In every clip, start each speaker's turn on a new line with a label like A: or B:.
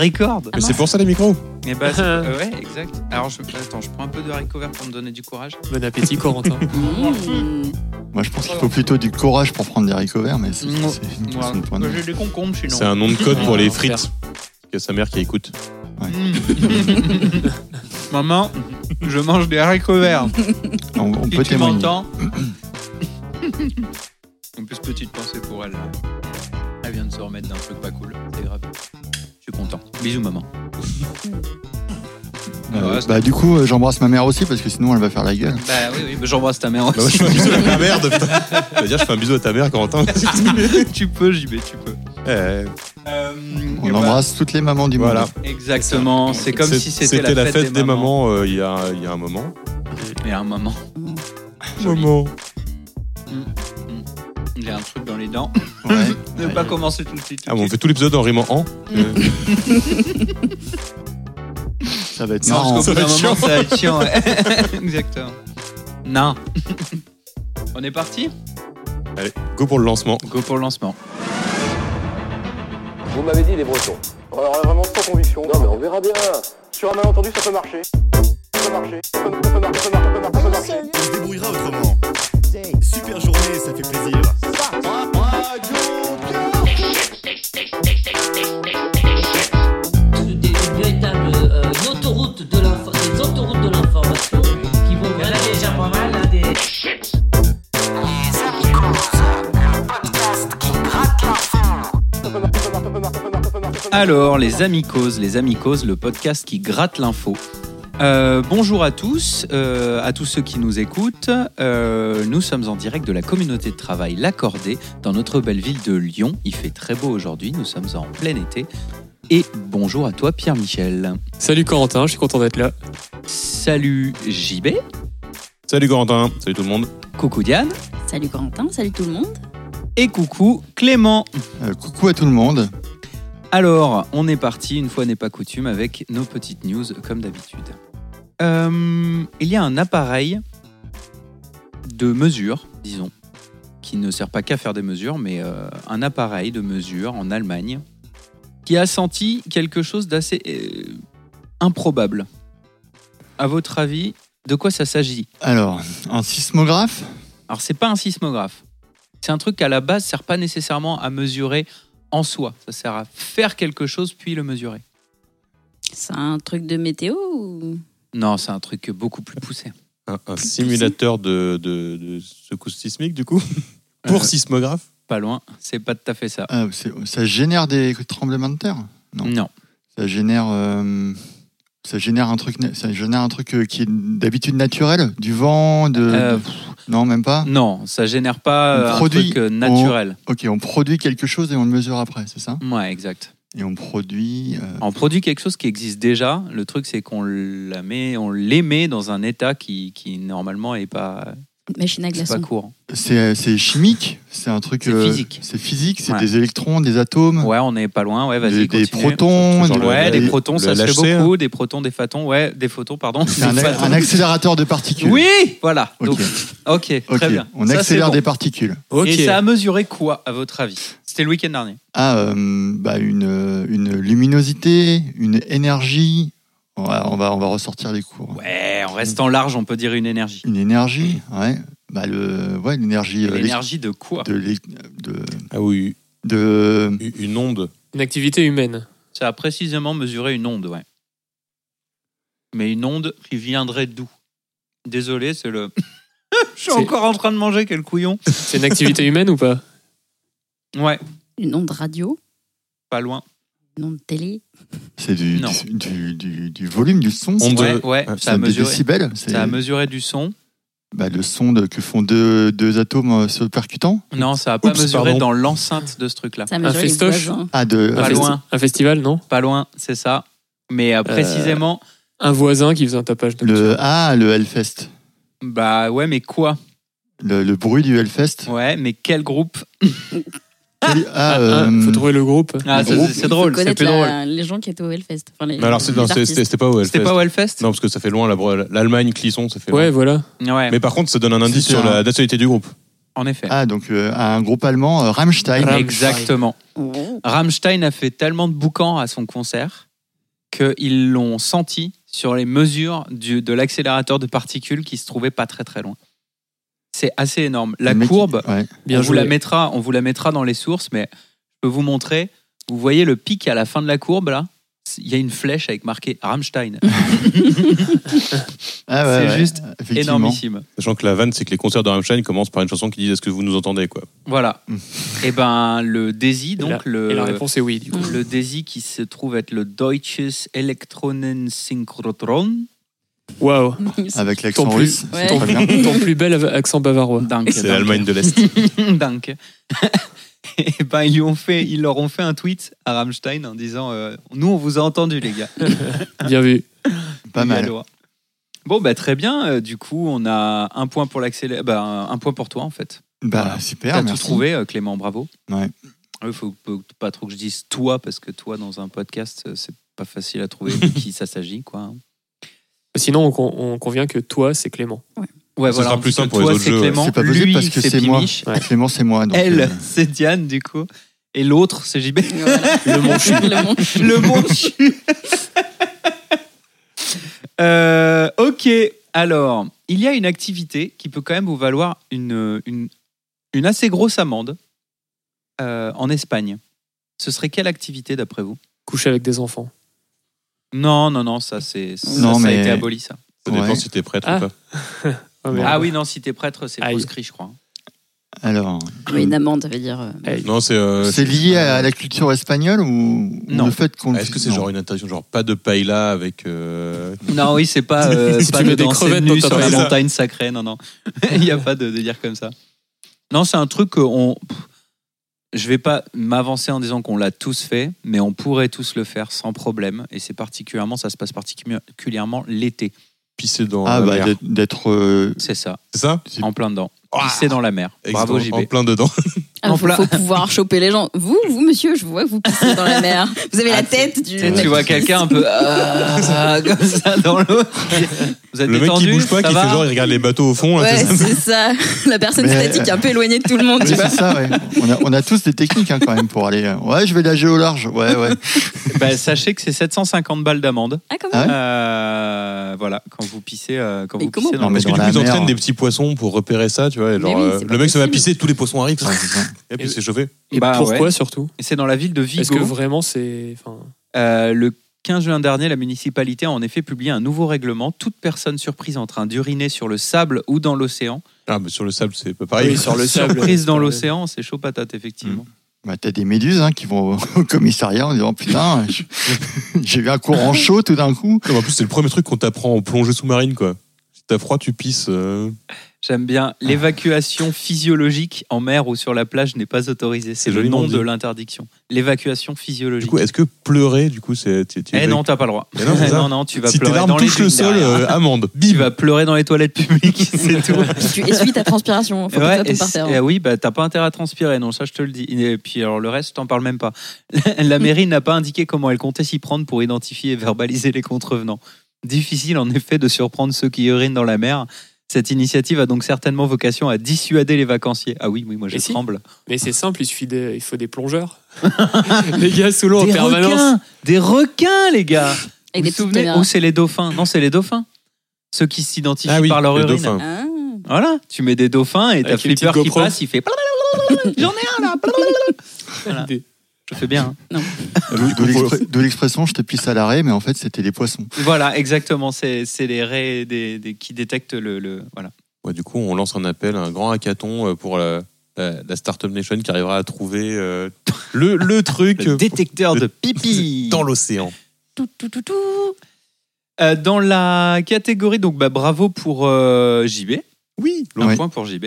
A: Record
B: Mais c'est pour ça les micros
A: Eh ben, c'est- euh, ouais, exact. Alors, je... attends, je prends un peu de haricot vert pour me donner du courage.
C: Bon appétit, Corentin.
D: Moi, je pense qu'il faut plutôt du courage pour prendre des haricots verts, mais c'est
A: Moi-
D: c'est une
A: Moi,
D: question de point de
A: moi,
D: vue.
A: j'ai des concombres sinon.
B: C'est un nom de code pour les
C: Ah,
B: frites. Parce que sa mère qui écoute.
A: Mm. Maman, je mange des haricots verts.
D: On, on
A: Si
D: peut
A: tu
D: témoigner.
A: m'entends. en plus, petite pensée pour elle. là. Elle vient de se remettre d'un truc pas cool. C'est grave. Je suis content. Bisous, maman.
D: Euh,
A: Ouais, c'est-
D: bah, du coup, euh, j'embrasse ma mère aussi parce que sinon elle va faire la gueule.
A: Bah oui, oui, bah, j'embrasse ta mère
B: Bah, moi,
A: aussi.
B: je fais un bisou à ta mère. De... Je veux dire, je fais un bisou à ta mère, Corentin.
A: tu peux, JB, tu peux.
B: Eh,
A: Euh,
D: On
A: et voilà.
D: embrasse toutes les mamans du
B: Voilà.
D: monde.
A: Exactement. C'est comme si c'était la,
B: fête, des mamans euh, il y, a, il y a un moment.
A: Et un maman.
B: Maman.
A: J'ai un truc dans les dents.
D: Ouais.
A: Ne pas commencer tout de suite. tout
B: Ah
A: de
B: bon, on
A: suite.
B: fait tout l'épisode en rimant en. Euh,
D: Ça va être
A: Non,
D: marrant.
A: parce qu'au bout d'un
B: ça
A: moment,
B: va
A: ça va être chiant. ouais. Exactement. Non. On est parti
B: Allez, go pour le lancement.
A: Go pour le lancement.
E: Vous m'avez dit les Bretons. Alors vraiment sans conviction. Non mais on verra bien. Sur un malentendu ça peut marcher. Ça peut marcher. Ça peut, ça peut marcher. Ça peut marcher. Ça peut marcher. Ça peut marcher.
F: On se débrouillera autrement. Super journée, ça fait plaisir.
G: des véritables euh, autoroutes de l'info- des autoroutes de l'information qui vont vraiment déjà pas mal là, des
E: Ça peut marcher. Ça peut marcher. Ça peut marcher. Ça peut marcher. Ça peut marcher.
A: Alors, les Amicos, les Amicos, le podcast qui gratte l'info. Euh, bonjour à tous, euh, à tous ceux qui nous écoutent. Euh, nous sommes en direct de la communauté de travail L'Accordé dans notre belle ville de Lyon. Il fait très beau aujourd'hui, nous sommes en plein été. Et bonjour à toi Pierre-Michel.
C: Salut Corentin, je suis content d'être là.
A: Salut JB,
B: Salut Corentin, salut tout le monde.
A: coucou Diane
H: Salut Corentin, salut tout le monde.
A: et coucou Clément.
D: Euh, coucou à tout le monde.
A: Alors, on est parti, une fois n'est pas coutume, avec nos petites news comme d'habitude. Euh, il y a un appareil de mesure, disons, qui ne sert pas qu'à faire des mesures, mais euh, un appareil de mesure en Allemagne qui a senti quelque chose d'assez euh, improbable. À votre avis, de quoi ça s'agit
D: Alors, un sismographe
A: Alors, c'est pas un sismographe. C'est un truc qui, à la base, sert pas nécessairement à mesurer en soi. Ça sert à faire quelque chose puis le mesurer.
H: C'est un truc de météo ou...
A: Non, c'est un truc beaucoup plus poussé.
B: Un, un simulateur de, de, de secousse sismique, du coup.
A: Euh,
B: Pour sismographe.
A: Pas loin, c'est pas tout à fait ça.
D: Ah, c'est- Ça génère des tremblements de terre Non.
A: Non.
D: Ça génère. euh, Ça génère un truc, na- ça génère un truc euh, qui est d'habitude naturel, du vent, de
A: Euh, Mm.
D: non même pas.
A: Non, ça génère pas
D: On
A: euh, un
D: produit
A: truc euh, naturel.
D: Ok, on produit quelque chose et on le mesure après, c'est ça
A: Ouais, exact.
D: Et on produit. euh,
A: On produit quelque chose qui existe déjà. Le truc, c'est qu'on la met, on l'émet dans un état qui, qui normalement est pas,
H: Machine à
A: c'est pas
H: glaçons.
A: courant.
D: C'est c'est chimique, c'est un truc.
A: C'est
D: euh,
A: physique.
D: C'est physique, c'est
A: Ouais.
D: des électrons, des atomes,
A: Ouais, on n'est pas loin. Ouais, vas-y,
D: des, des
A: continue.
D: protons.
B: Genre le-
A: Ouais,
B: le-
A: des protons, ça
B: le
A: se fait
B: LHC,
A: beaucoup. Des protons, des photons. Ouais, des photons, pardon.
D: C'est un,
A: Des photons.
D: un accélérateur de particules.
A: Oui, voilà.
D: Ok.
A: Donc, ok,
D: Ok,
A: très bien.
D: On
A: Ça, c'est
D: accélère
A: bon.
D: des particules.
C: Ok.
A: Et ça a mesuré quoi, à votre avis C'était le week-end dernier.
D: Ah, euh, bah une, euh, une luminosité, une énergie. On va, on va, on va ressortir les cours.
A: Ouais, en restant large, on peut dire une énergie.
D: Une énergie, ouais. Bah le, ouais, l'énergie. euh,
A: L'énergie de quoi
D: de, l'é- de,
B: Ah oui,
D: de-
B: une- une onde.
C: Une activité humaine.
A: Ça a précisément mesuré une onde, ouais. Mais une onde qui viendrait d'où Désolé, c'est le. Je suis
C: C'est-
A: encore en train de manger, quel couillon
C: C'est une activité humaine ou pas
A: Ouais,
H: Une onde radio,
A: pas loin.
H: une onde télé.
D: c'est du,
A: Non.
D: du, du- du- du volume du son.
B: Onde.
A: Ouais, ouais,
B: Ah,
A: ça a
D: des
A: mesuré.
D: décibels. euh, c'est-
A: Ça a mesuré du son.
D: bah, le son de- que font deux, deux atomes euh, se percutant
A: Non, ça a pas
B: Oups,
A: mesuré
B: pardon.
A: dans l'enceinte de ce truc-là.
H: Ça mesure les
C: festoche
H: voisins.
D: Ah, de,
A: Pas
C: un, festi-
A: loin.
C: un festival, non
A: Pas loin, c'est ça. Mais euh, précisément,
C: Un voisin qui faisait un tapage de
D: le, ah, le Hellfest.
A: bah ouais, mais quoi
D: Le, le bruit du Hellfest.
A: Ouais, mais quel groupe
D: Quel- Ah,
C: Ah,
D: euh,
C: faut trouver le groupe.
A: Ah,
D: Le
A: c'est-
D: groupe,
A: c'est c'est drôle, c'est
H: Connaître
A: plus drôle.
H: la- les gens qui étaient au Hellfest. Enfin, les,
B: Mais alors, c'est-
H: les
B: non, c'est-
H: artistes.
B: c'était c'était pas au
A: C'était
B: Hellfest.
A: pas au Hellfest
B: Non, parce que ça fait loin, la Bre- l'Allemagne, Clisson, ça fait loin.
C: Ouais, voilà.
A: Ouais,
B: Mais par contre, ça donne un indice
D: C'était
B: sur
D: un-
B: la nationalité du groupe.
A: en effet.
D: ah, donc euh, un groupe allemand, euh, Rammstein.
C: Rammstein.
A: Exactement.
H: Oh.
A: Rammstein a fait tellement de boucans à son concert qu'ils l'ont senti sur les mesures du- de l'accélérateur de particules qui se trouvait pas très très loin. C'est assez énorme. La
D: Le mec,
A: courbe,
D: ouais.
C: Bien
A: on, vous
C: joué.
A: la mettra, on vous la mettra dans les sources, mais je peux vous montrer. Vous voyez le pic à la fin de la courbe là Il y a une flèche avec marqué Rammstein.
D: Ah ouais,
A: C'est
D: ouais,
A: juste
D: effectivement.
A: Énormissime.
B: Sachant que la vanne, c'est que les concerts de Rammstein commencent par une chanson qui dit Est-ce que vous nous entendez quoi
A: Voilà.
D: Mm.
A: Et ben le Daisy,
C: la-
A: donc le.
C: Et
D: Euh,
C: la réponse est oui, du coup.
A: Le Daisy qui se trouve être le Deutsches Elektronen Synchrotron.
C: Waouh.
D: Avec l'accent
C: Ton plus-
D: russe,
H: Ouais.
D: c'est très bien.
C: Ton plus bel av- accent bavarois.
A: Danke,
B: C'est
A: danke.
B: l'Allemagne de l'Est.
A: Danke. Et ben ils lui ont fait, ils leur ont fait un tweet à Rammstein en disant euh, nous on vous a entendu les gars.
C: Bien vu.
D: Pas
A: Les
D: mal.
A: Gallois. Bon bah très bien. euh, du coup on a un point pour l'accélé, bah, un point pour toi en fait.
D: Bah, super,
A: T'as tout
D: merci.
A: trouvé euh, Clément, bravo.
D: Ouais.
A: Euh, faut faut pas trop que je dise toi parce que toi dans un podcast euh, c'est pas facile à trouver de qui ça s'agit quoi. hein.
C: Sinon, on, con- on convient que toi, c'est Clément.
A: Ouais
B: Ce sera
A: on
B: plus
A: dit que
B: simple pour
A: toi,
B: les autres
A: c'est
B: jeux, ouais.
A: Clément,
D: C'est pas possible
A: lui,
D: parce que c'est moi.
A: Pimiche,
C: Ouais.
D: Clément, c'est moi. donc,
A: Elle
D: euh,
A: c'est Diane du coup et l'autre c'est JB.
H: Voilà.
C: Le manchu.
H: Le manche.
A: Le monde chie. Euh, ok, alors, il y a une activité qui peut quand même vous valoir une, une, une assez grosse amende euh, en Espagne. Ce serait quelle activité d'après vous
C: Coucher avec des enfants.
A: Non, non, non, ça, c'est, ça,
D: Non,
A: ça a
D: mais-
A: été aboli, ça.
B: Ça dépend
D: Ouais.
B: si t'es prêtre
C: Ah.
B: ou pas.
C: Oh, merde.
A: Ah oui, non, si t'es prêtre, c'est
C: Aïe.
A: proscrit, je crois.
D: Alors,
H: Oui, une amende, ça veut dire. euh,
C: Hey.
B: Non, c'est. euh,
D: c'est lié à la culture espagnole ou ou
A: Non.
D: le fait qu'on.
B: Ah, Est-ce que c'est
D: non.
B: genre une interdiction, genre pas de paella avec. euh,
A: Non, oui, c'est pas, euh,
C: Si
A: pas
C: tu
A: de
C: mets des
A: danser
C: crevettes
A: nu
C: dans ta
A: sur la
B: valise.
A: montagne sacrée, non, non. Il n'y a pas de délire comme ça. Non, c'est un truc qu'on... pff, Je vais pas m'avancer en disant qu'on l'a tous fait, mais on pourrait tous le faire sans problème. Et c'est particulièrement, ça se passe particulièrement l'été.
B: pisser dans
D: Ah,
B: la
D: bah,
B: mer.
D: d'être- d'être. euh,
A: C'est ça,
B: C'est ça
D: C'est-
A: en plein dedans.
B: Ah
A: Pisser dans la mer. Bravo
B: Exactement,
A: JB.
B: En plein dedans.
H: Alors,
A: En
H: ah, faut,
A: plat.
H: faut pouvoir choper les gens. Vous, vous, monsieur, je vois que vous pissez dans la mer. Vous avez
A: Ah,
H: la tête du.
A: Tu sais, tu vois quelqu'un un peu ah, comme ça dans l'eau. Vous êtes
B: Le mec qui
A: détendu,
B: bouge pas,
A: ça
B: qui
A: va hein
B: fait genre, il regarde les bateaux au fond. là,
H: Ouais,
B: c'est ça.
H: c'est ça. La personne
D: Mais-
H: statique un peu éloignée de tout le monde,
D: Oui,
H: tu vois.
D: c'est ça, ouais. On a, on a tous des techniques hein, quand même pour aller. euh, Ouais, je vais nager au large. Ouais, ouais.
A: Bah, Sachez que c'est 750 balles d'amende.
H: Ah, quand
D: Ah
H: même.
D: ouais
A: Euh, voilà, quand vous pissez, euh, quand
H: Mais
A: vous
H: comment
A: pissez dans
D: Non,
A: le
D: mais
B: Parce que
D: dans
B: du coup,
D: la
B: ils
D: mer.
B: entraînent des petits poissons pour repérer ça, tu vois. et Genre,
H: Mais oui,
B: euh,
H: c'est pas
B: le mec se met à
H: possible.
B: pisser, tous les poissons arrivent.
D: Ouais, c'est ça.
B: Et puis
C: Et-
B: c'est chauffé.
C: Et
A: Bah,
C: pourquoi
A: ouais.
C: surtout
A: Et c'est dans la ville de
C: Est-ce que
A: Vigo.
C: vraiment c'est. enfin,
A: Euh, le 15 juin dernier, la municipalité a en effet publié un nouveau règlement. Toute personne surprise en train d'uriner sur le sable ou dans l'océan.
B: Ah, mais sur le sable, c'est pas pareil.
C: Oui, Mm. sur le sable.
A: Surprise dans
C: Sur le-
A: l'océan, c'est chaud patate, effectivement.
D: Bah, t'as des méduses hein, qui vont au commissariat en disant Putain, je- j'ai eu un courant chaud tout d'un coup.
B: Non, mais en plus, c'est le premier truc qu'on t'apprend en plongée sous-marine, quoi. Si t'as froid, tu pisses. euh,
A: J'aime bien. L'évacuation physiologique en mer ou sur la plage n'est pas autorisée. C'est
B: C'est
A: le
B: joliment
A: nom de
B: dit.
A: l'interdiction. L'évacuation
B: Du
A: physiologique.
B: coup, est-ce que pleurer, du coup, c'est. tu- tu-
A: eh non, t'as pas le droit.
B: Eh non, c'est ça.
A: non, non, tu vas
B: si tes
A: pleurer
B: larmes
A: dans les
B: touchent le
A: dunes
B: sol,
A: derrière.
B: euh, amende.
A: Tu
B: Bim
A: vas pleurer dans les toilettes publiques, c'est tout.
H: Tu essuies ta transpiration. Faut
A: Ouais,
H: pas que ça tombe
A: et
H: par
A: si-
H: terre. hein.
A: eh oui, bah, t'as pas intérêt à transpirer, non, ça je te le dis. Et puis alors le reste, je t'en parle même pas. La mairie n'a pas indiqué comment elle comptait s'y prendre pour identifier et verbaliser les contrevenants. Difficile en effet de surprendre ceux qui urinent dans la mer. Cette initiative a donc certainement vocation à dissuader les vacanciers. Ah oui, oui, moi je
C: Et si.
A: tremble.
C: Mais c'est simple, il suffit de- il faut des plongeurs. les gars sous l'eau en
A: des
C: permanence.
A: requins, Oh, des requins, les gars.
H: hein, Avec
A: vous vous
H: des petites
A: souvenez
H: caméras.
A: Ou c'est les dauphins Non, c'est les dauphins. Ceux qui s'identifient
B: Ah oui,
A: par leur
B: les
A: urine.
B: dauphins.
H: Ah.
A: Voilà, tu mets des dauphins et t'as
C: Avec une petite
A: Flipper qui
C: GoPro.
A: passe, il fait. J'en ai un là. Voilà.
C: Des-
A: Je fais bien. hein.
B: Ah,
D: D'où d'où l'expré- d'où l'expression Je te pisse à l'arrêt, mais en fait, c'était les poissons.
A: Voilà, exactement. C'est c'est les raies des, des- qui détectent le. le- voilà.
B: Ouais, du coup, on lance un appel, un grand hackathon euh, pour la, la, la Startup Nation qui arrivera à trouver euh, le, le truc
A: Le détecteur
B: le-
A: de pipi.
B: dans l'océan.
A: Tout, tout, tout, tout. Euh, dans la catégorie, donc bah, bravo pour euh, JB.
B: Oui,
A: Le
D: Ouais.
A: point pour JB.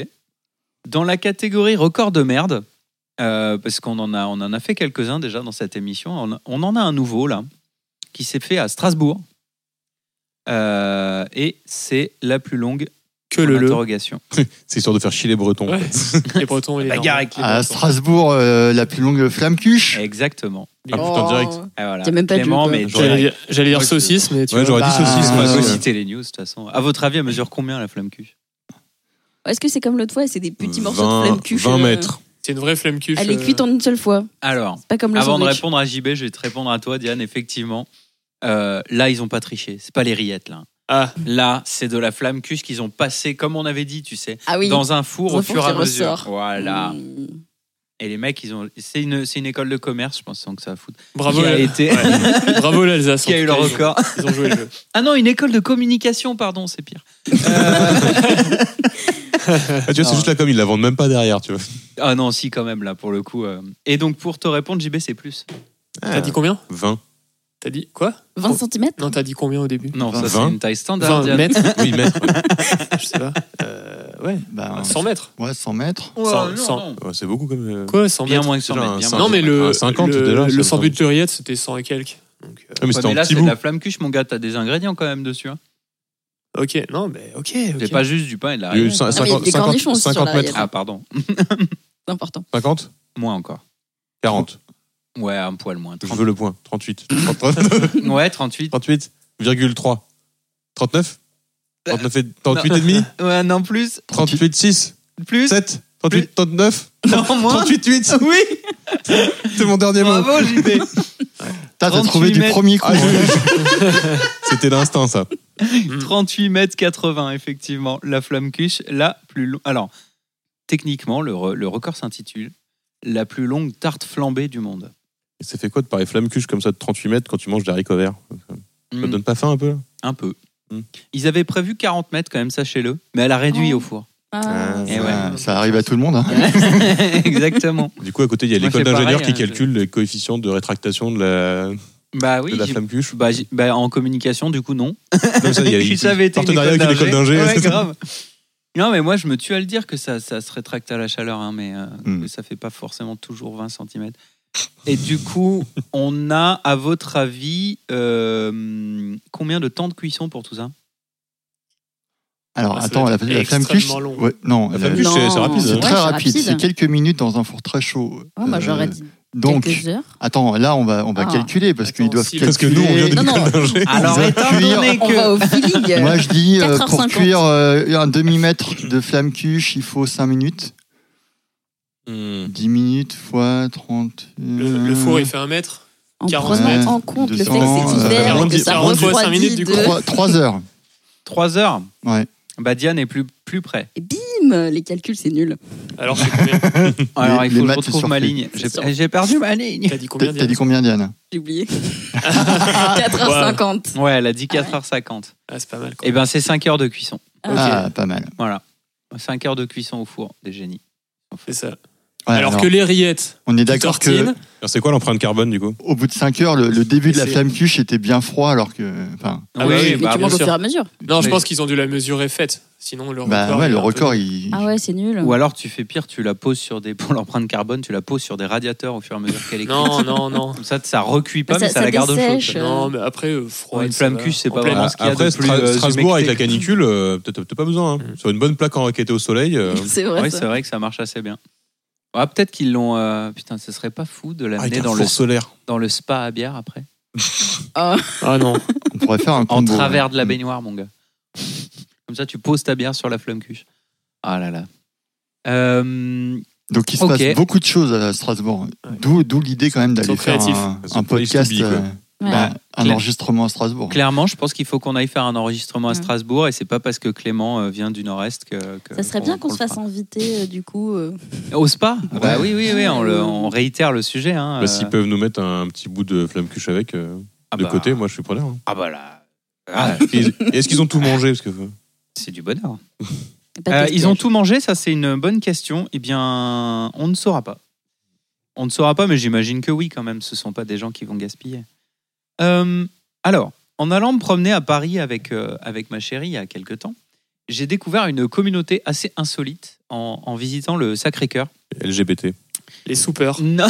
A: Dans la catégorie record de merde, euh, parce qu'on en a, on en a fait quelques-uns déjà dans cette émission, on, on en a un nouveau là, qui s'est fait à Strasbourg. Euh, et c'est la plus longue
C: Que
A: en
C: le le.
A: interrogation.
B: c'est histoire de faire chier les Bretons.
C: Ouais. les Bretons et les.
A: La gare
C: Normands.
A: avec les
D: À
A: bâtons.
D: Strasbourg, euh, la plus longue flamme cuche.
A: Exactement.
B: Ah,
H: Oh,
B: putain, direct.
A: Ah, voilà.
H: T'as même pas de
A: Clément,
H: jeu, quoi.
A: mais
C: J'allais
A: direct.
C: dire- J'allais dire
A: Ouais,
C: saucisse, mais tu
B: Ouais,
C: vois.
B: j'aurais dit
D: Bah,
C: Ah,
B: saucisse.
A: On
B: moi,
A: va
B: aussi.
A: pas citer les news de toute façon. À votre avis, elle mesure combien la flamme cul
H: Est-ce que c'est comme l'autre fois C'est des petits morceaux de
B: 20
H: flemme cuche.
B: 20
H: euh,
B: mètres.
C: C'est une vraie flemme cuche.
H: Elle est
C: euh,
H: cuite en une seule fois.
A: Alors,
H: Pas comme le
A: avant de
H: sandwich.
A: répondre à JB, je vais te répondre à toi, Diane. Effectivement, Euh, là, ils ont pas triché. C'est pas les rillettes, là.
C: Ah,
A: Là, c'est de la flamme cuche qu'ils ont passé, comme on avait dit, tu sais,
H: Ah oui.
A: dans un four
H: Dans
A: au
H: un four
A: fur et à
H: qui
A: mesure.
H: ressort.
A: Voilà.
H: Mmh.
A: Et les mecs, ils ont. C'est une, c'est une école de commerce, je pense, sans que ça fout.
C: bravo,
A: qui a
C: la-
A: été-
C: Ouais. bravo l'Alsace.
A: qui
C: en
A: a eu
C: tout
A: le
C: cas, ils ont-
A: record.
C: Ils ont joué le jeu.
A: Ah non, une école de communication, pardon, c'est pire.
B: Ah, tu vois,
A: Non.
B: c'est juste la com, ils la vendent même pas derrière, tu vois.
A: Ah non, si, quand même, là, pour le coup. euh. Et donc, pour te répondre, JB, c'est plus.
C: T'as dit combien
B: 20.
C: T'as dit quoi Oh,
H: 20 cm
C: Non, t'as dit combien au début
A: Non, ça, c'est
B: Vingt.
A: une taille standard.
C: 20
A: Diane.
C: mètres
B: Oui, mètre.
C: Je sais pas. Euh, ouais,
D: Bah,
C: 100 mètres.
D: ouais, 100 mètres.
A: Ouais,
C: Cent-
A: non,
C: cent.
A: non.
B: Ouais, c'est beaucoup comme. euh,
C: Quoi, 100
A: Bien
C: mètres
A: moins que 100
B: Déjà,
A: mètres.
B: un
A: bien
B: cent-
A: moins.
C: Non, mais le,
B: Un 50
C: le,
B: déjà, ça
C: le
B: me
C: 100
B: semble.
C: buts de Riette, c'était 100 et quelques.
B: Ah, mais
C: Donc, euh,
A: Ouais,
B: c'était
A: mais
B: un
A: là,
B: petit
A: c'est de
B: bout.
A: la flamme cuche, mon gars, t'as des ingrédients quand même dessus. Hein.
C: euh, ok, non, mais ok. ok.
A: C'est pas juste du pain et de la
B: Il y a eu
A: rillette.
B: cin-
H: Ah, mais il y a
B: cinquante-
H: des cornichons aussi sur
B: cinquante
H: la
B: mètres.
A: Ah, pardon.
H: C'est important.
B: 50
A: Moins encore.
B: 40.
A: Ouais, un poil moins.
B: Je
A: 30.
B: veux le point. 38. 39.
A: Ouais, 38.
B: 38,3. 39 39 et... 38 et demi
A: Ouais, Euh, non, plus.
B: 38, 6
A: Plus.
B: 7 38, 39
A: Non, moins.
B: 38, 8
A: Oui,
B: C'est mon dernier mot.
A: bravo, JB.
D: T'as t'as
A: 38
D: trouvé du
A: mètres.
D: premier coup.
B: Ah,
D: hein.
B: je- C'était l'instinct, ça.
A: 38 mètres 80, effectivement. La flamme cuche, la plus longue. Alors, techniquement, le, re- le record s'intitule La plus longue tarte flambée du monde.
B: Et ça fait quoi de parler flamme cuche comme ça de 38 mètres quand tu manges des haricots verts Ça te
A: Hmm,
B: donne pas faim un peu là
A: un peu.
B: Mm.
A: Ils avaient prévu 40 mètres, quand même, sachez-le, mais elle a réduit
H: Oh.
A: au four.
H: Ah,
A: Eh
D: Ça,
A: ouais.
D: ça arrive à tout le monde. hein.
A: Exactement.
B: Du coup, à côté, il y a
A: Moi,
B: l'école
A: c'est
B: d'ingénieurs
A: pareil,
B: qui
A: hein,
B: calcule les coefficients de rétractation de la,
A: Bah oui,
B: de la
A: j'ai-
B: flamme cuche.
A: bah, j'ai- bah, en communication, du coup, non.
B: Comme ça, il y a
A: Si
B: une-
A: ça avait été une
B: partenariat avec
A: école
B: une école
A: d'ingé,
B: d'ingé.
A: ouais, grave. Non, mais moi, je me tue à le dire que ça, ça se rétracte à la chaleur, hein, mais euh,
D: Hmm.
A: que ça fait pas forcément toujours 20 cm. Et du coup, on a, à votre avis, euh, combien de temps de cuisson pour tout ça
D: Alors,
C: Ah, ça
D: attends,
C: doit
D: la,
C: être
D: la flamme cuche.
C: extrêmement long.
D: ouais, non,
B: La
D: la-
B: flamme cuche, c'est c'est rapide.
H: Non.
D: c'est
B: hein.
H: Ouais,
D: très
H: c'est
D: rapide.
H: rapide.
D: C'est quelques minutes dans un four très chaud.
H: Ah, bah,
D: Euh,
H: j'aurais dit
D: Donc,
H: quelques heures.
D: attends, là, on va, on va
H: Ah.
D: calculer parce qu'ils
C: Attends,
D: doivent
C: si,
D: calculer.
B: Parce que nous, on vient d'une
H: Non, non.
B: école d'ingé.
A: Alors,
D: Ils
A: étant
D: appuient
A: donné
H: On va
A: que.
H: au feeling.
D: Moi, je dis, euh, pour
H: 4h50.
D: cuire euh, un demi-mètre de flamme cuche, il faut 5 minutes.
A: Hmm.
D: 10 minutes fois 30.
C: Le, le four, il fait un mètre.
H: en
C: 40
H: prenant
D: mètres,
H: en compte le fait
D: 200,
H: que c'est
D: euh,
H: hiver, et que
C: 40,
H: ça
C: 40 fois cinq
H: refroidit
C: minutes, du
H: de...
C: coup.
D: 3, euh, heures.
A: 3 heures
D: Ouais.
A: Bah, Diane est plus, plus près.
H: Et bim, les calculs, c'est nul.
C: Alors, c'est combien
A: Alors,
D: Les-
A: il faut
D: les
A: que je
D: maths, c'est
A: retrouve ma
D: surfait.
A: ligne. J'ai-
H: surfait.
A: J'ai perdu ma ligne.
H: Ah
C: T'as dit
D: T'as
C: combien
D: t'as
C: Diane
D: dit combien, Diane
H: J'ai oublié. 4h50.
A: Ouais, elle a dit
H: Ah ouais.
A: 4h50.
C: Ah, c'est pas mal. Quoi.
A: Eh ben, c'est 5 heures de cuisson.
H: Ah.
D: Ah, pas mal.
A: Voilà. 5 heures de cuisson au four, des génies.
C: C'est ça.
D: Ouais,
C: alors, que les rillettes,
D: on est
C: tu
D: d'accord que
C: tartines.
B: Alors, c'est quoi l'empreinte carbone, du coup
D: au bout de 5 heures, le, le début de la
C: C'est-
D: flamme cuche était bien froid, alors que. Enfin,
C: Ah oui,
H: Mais
C: bah,
H: tu
C: bien
H: manges au
C: sûr.
H: fur et à mesure.
C: Non, je
D: Mais-
C: pense qu'ils ont dû la mesurer faite. Sinon, le record.
D: bah
C: il est
D: ouais, le
C: un peu-
D: record, il.
H: Ah ouais, c'est nul.
A: Ou alors tu fais pire, tu la poses sur des pour l'empreinte carbone, tu la poses sur des radiateurs au fur et à mesure qu'elle est cuite.
C: Non, non, non.
A: Comme ça, ça recuit pas,
H: Ça-
A: mais ça,
H: ça
A: la garde au chaud.
H: dessèche.
A: quoi.
C: Non, mais après, euh, froid.
A: Une
C: ça
A: flamme
C: va.
A: cuche, c'est
C: En
A: pas
C: pleine-
A: vraiment ce qu'il y a
B: Après,
A: de plus,
B: Stra-
A: euh,
B: Strasbourg avec la
A: humecté.
B: canicule, euh, peut-être t'as pas besoin. hein.
C: Mm.
B: Sur une bonne plaque enraquetée au soleil, euh,
H: C'est vrai.
A: Ouais,
H: ça.
A: c'est vrai que ça marche assez bien. Ah, peut-être qu'ils l'ont. euh, Putain, ce serait pas fou
C: Ah,
A: de
B: avec
A: l'amener
B: un
A: dans le
B: four solaire.
A: dans le spa à bière après,
H: Ah.
C: Ah non.
D: On pourrait faire un
A: en
D: combo,
A: travers
D: ouais.
A: de la
C: Mm.
A: baignoire, mon gars. Comme ça, tu poses ta bière sur la flamme cuche. Ah là là. Euh,
D: Donc il se
A: Ok.
D: passe beaucoup de choses à Strasbourg. D'où, d'où l'idée quand même d'aller
C: sont
D: faire
C: créatifs.
D: un,
B: Ils
D: un
B: sont
D: podcast,
B: publics, quoi.
D: euh,
H: Ouais.
D: bah, un
A: Claire.
D: enregistrement à Strasbourg.
A: clairement, je pense qu'il faut qu'on aille faire un enregistrement à
H: Ouais.
A: Strasbourg et c'est pas parce que Clément euh, vient du Nord-Est que, que-
H: Mm. Ça serait bien qu'on se
A: le
H: fasse
A: fera.
H: inviter, euh, du coup. euh,
A: Au spa Bah oui, oui, oui, on, le-
H: Ouais.
A: on réitère le sujet. Hein,
B: Bah,
A: euh.
B: S'ils peuvent nous mettre un petit bout de flamme cuche avec, euh,
A: Ah
B: de
A: bah,
B: côté, moi je suis preneur. hein.
A: Ah bah là. Ah,
B: Ils- Est-ce qu'ils ont tout mangé Parce que
A: c'est du bonheur. hein.
H: pas de
A: Euh,
H: gaspillage.
A: ils ont tout mangé, ça c'est une bonne question. Eh bien, on ne saura pas. On ne saura pas, mais j'imagine que oui quand même. Ce ne sont pas des gens qui vont gaspiller. Euh, alors, en allant me promener à Paris avec, euh, avec ma chérie il y a quelque temps, j'ai découvert une communauté assez insolite en, en visitant le Sacré-Cœur.
B: LGBT.
C: Les soupeurs.
A: Non.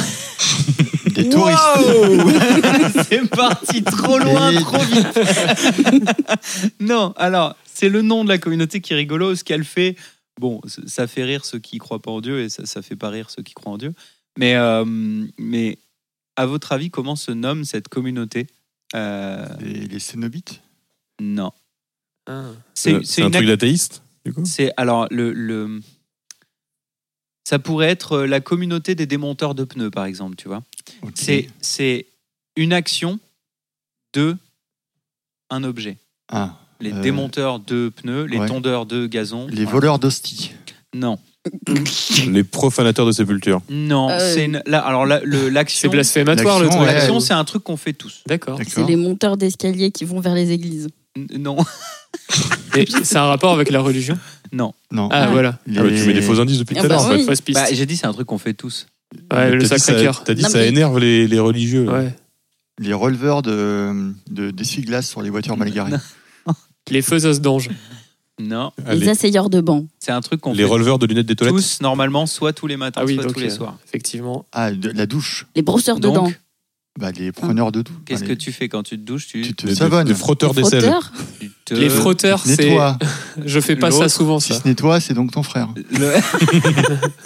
D: Des touristes.
A: Wow c'est parti trop loin,
D: Et-
A: trop vite. non, alors, c'est le nom de la communauté qui est rigolo. Ce qu'elle fait, bon, c- ça fait rire ceux qui croient pas en Dieu et ça, ça fait pas rire ceux qui croient en Dieu. Mais, euh, mais à votre avis, comment se nomme cette communauté Euh,
D: Et les cénobites.
A: Non.
C: Ah.
A: C'est c'est
B: Euh, un
A: une
B: truc d'athéiste, du coup
A: C'est alors le, le- ça pourrait être euh, la communauté des démonteurs de pneus par exemple, tu vois.
D: Ok.
A: C'est c'est une action de un objet.
D: Ah,
A: Les
D: Euh,
A: démonteurs de pneus, les
D: ouais.
A: tondeurs de gazon.
D: les
A: Voilà.
D: voleurs d'hosties.
A: Non,
B: Les profanateurs de sépulture.
A: non.
H: Euh,
A: c'est une- là, alors la- le-
C: C'est
A: l'action,
C: blasphématoire le
D: L'action,
C: truc.
D: ouais.
A: l'action, c'est un truc qu'on fait tous.
C: D'accord.
H: C'est
D: D'accord.
H: les monteurs d'escalier qui vont vers les églises.
A: N- Non,
C: Et C'est un rapport avec la religion
D: Non.
C: Ah, voilà.
D: Les-
B: Ah, mais tu mets des faux indices depuis tout
H: Ah
B: à
H: bah
B: l'heure. en
H: oui.
B: fait.
C: Fausse piste.
A: Bah, j'ai dit c'est un truc qu'on fait tous.
C: Ouais, le
B: T'as dit ça-
C: sacré-cœur.
B: T'as dit
H: Non,
B: ça
H: mais-
B: énerve les, les religieux.
C: Ouais.
D: les releveurs de, de d'essuie-glace sur les voitures mal garées.
C: Les faiseuses d'ange.
A: Non,
B: Ah,
H: les
B: les
H: asseyeurs de banc.
A: c'est un truc qu'on
B: les
A: fait
B: releveurs de lunettes des toilettes.
A: tous normalement, soit tous les matins,
C: Ah oui,
A: soit
C: donc,
A: tous les
C: euh,
A: soirs.
C: Effectivement.
D: Ah, de- la douche.
H: Les brosseurs de
A: Donc,
H: dents.
D: Bah, les preneurs de douche.
A: Qu'est-ce
D: Enfin,
A: que tu fais quand tu te douches Tu,
D: les- tu te
B: Des,
D: savonnes,
B: des frotteurs
H: Les
B: d'aisselle.
H: frotteurs.
A: tu te-
C: Les frotteurs,
D: tu te
C: c'est.
D: nettoies.
C: Je fais pas ça
A: Euh, L'autre,
C: souvent,
D: Si
C: ça.
D: se nettoie, c'est donc ton frère.
A: Le...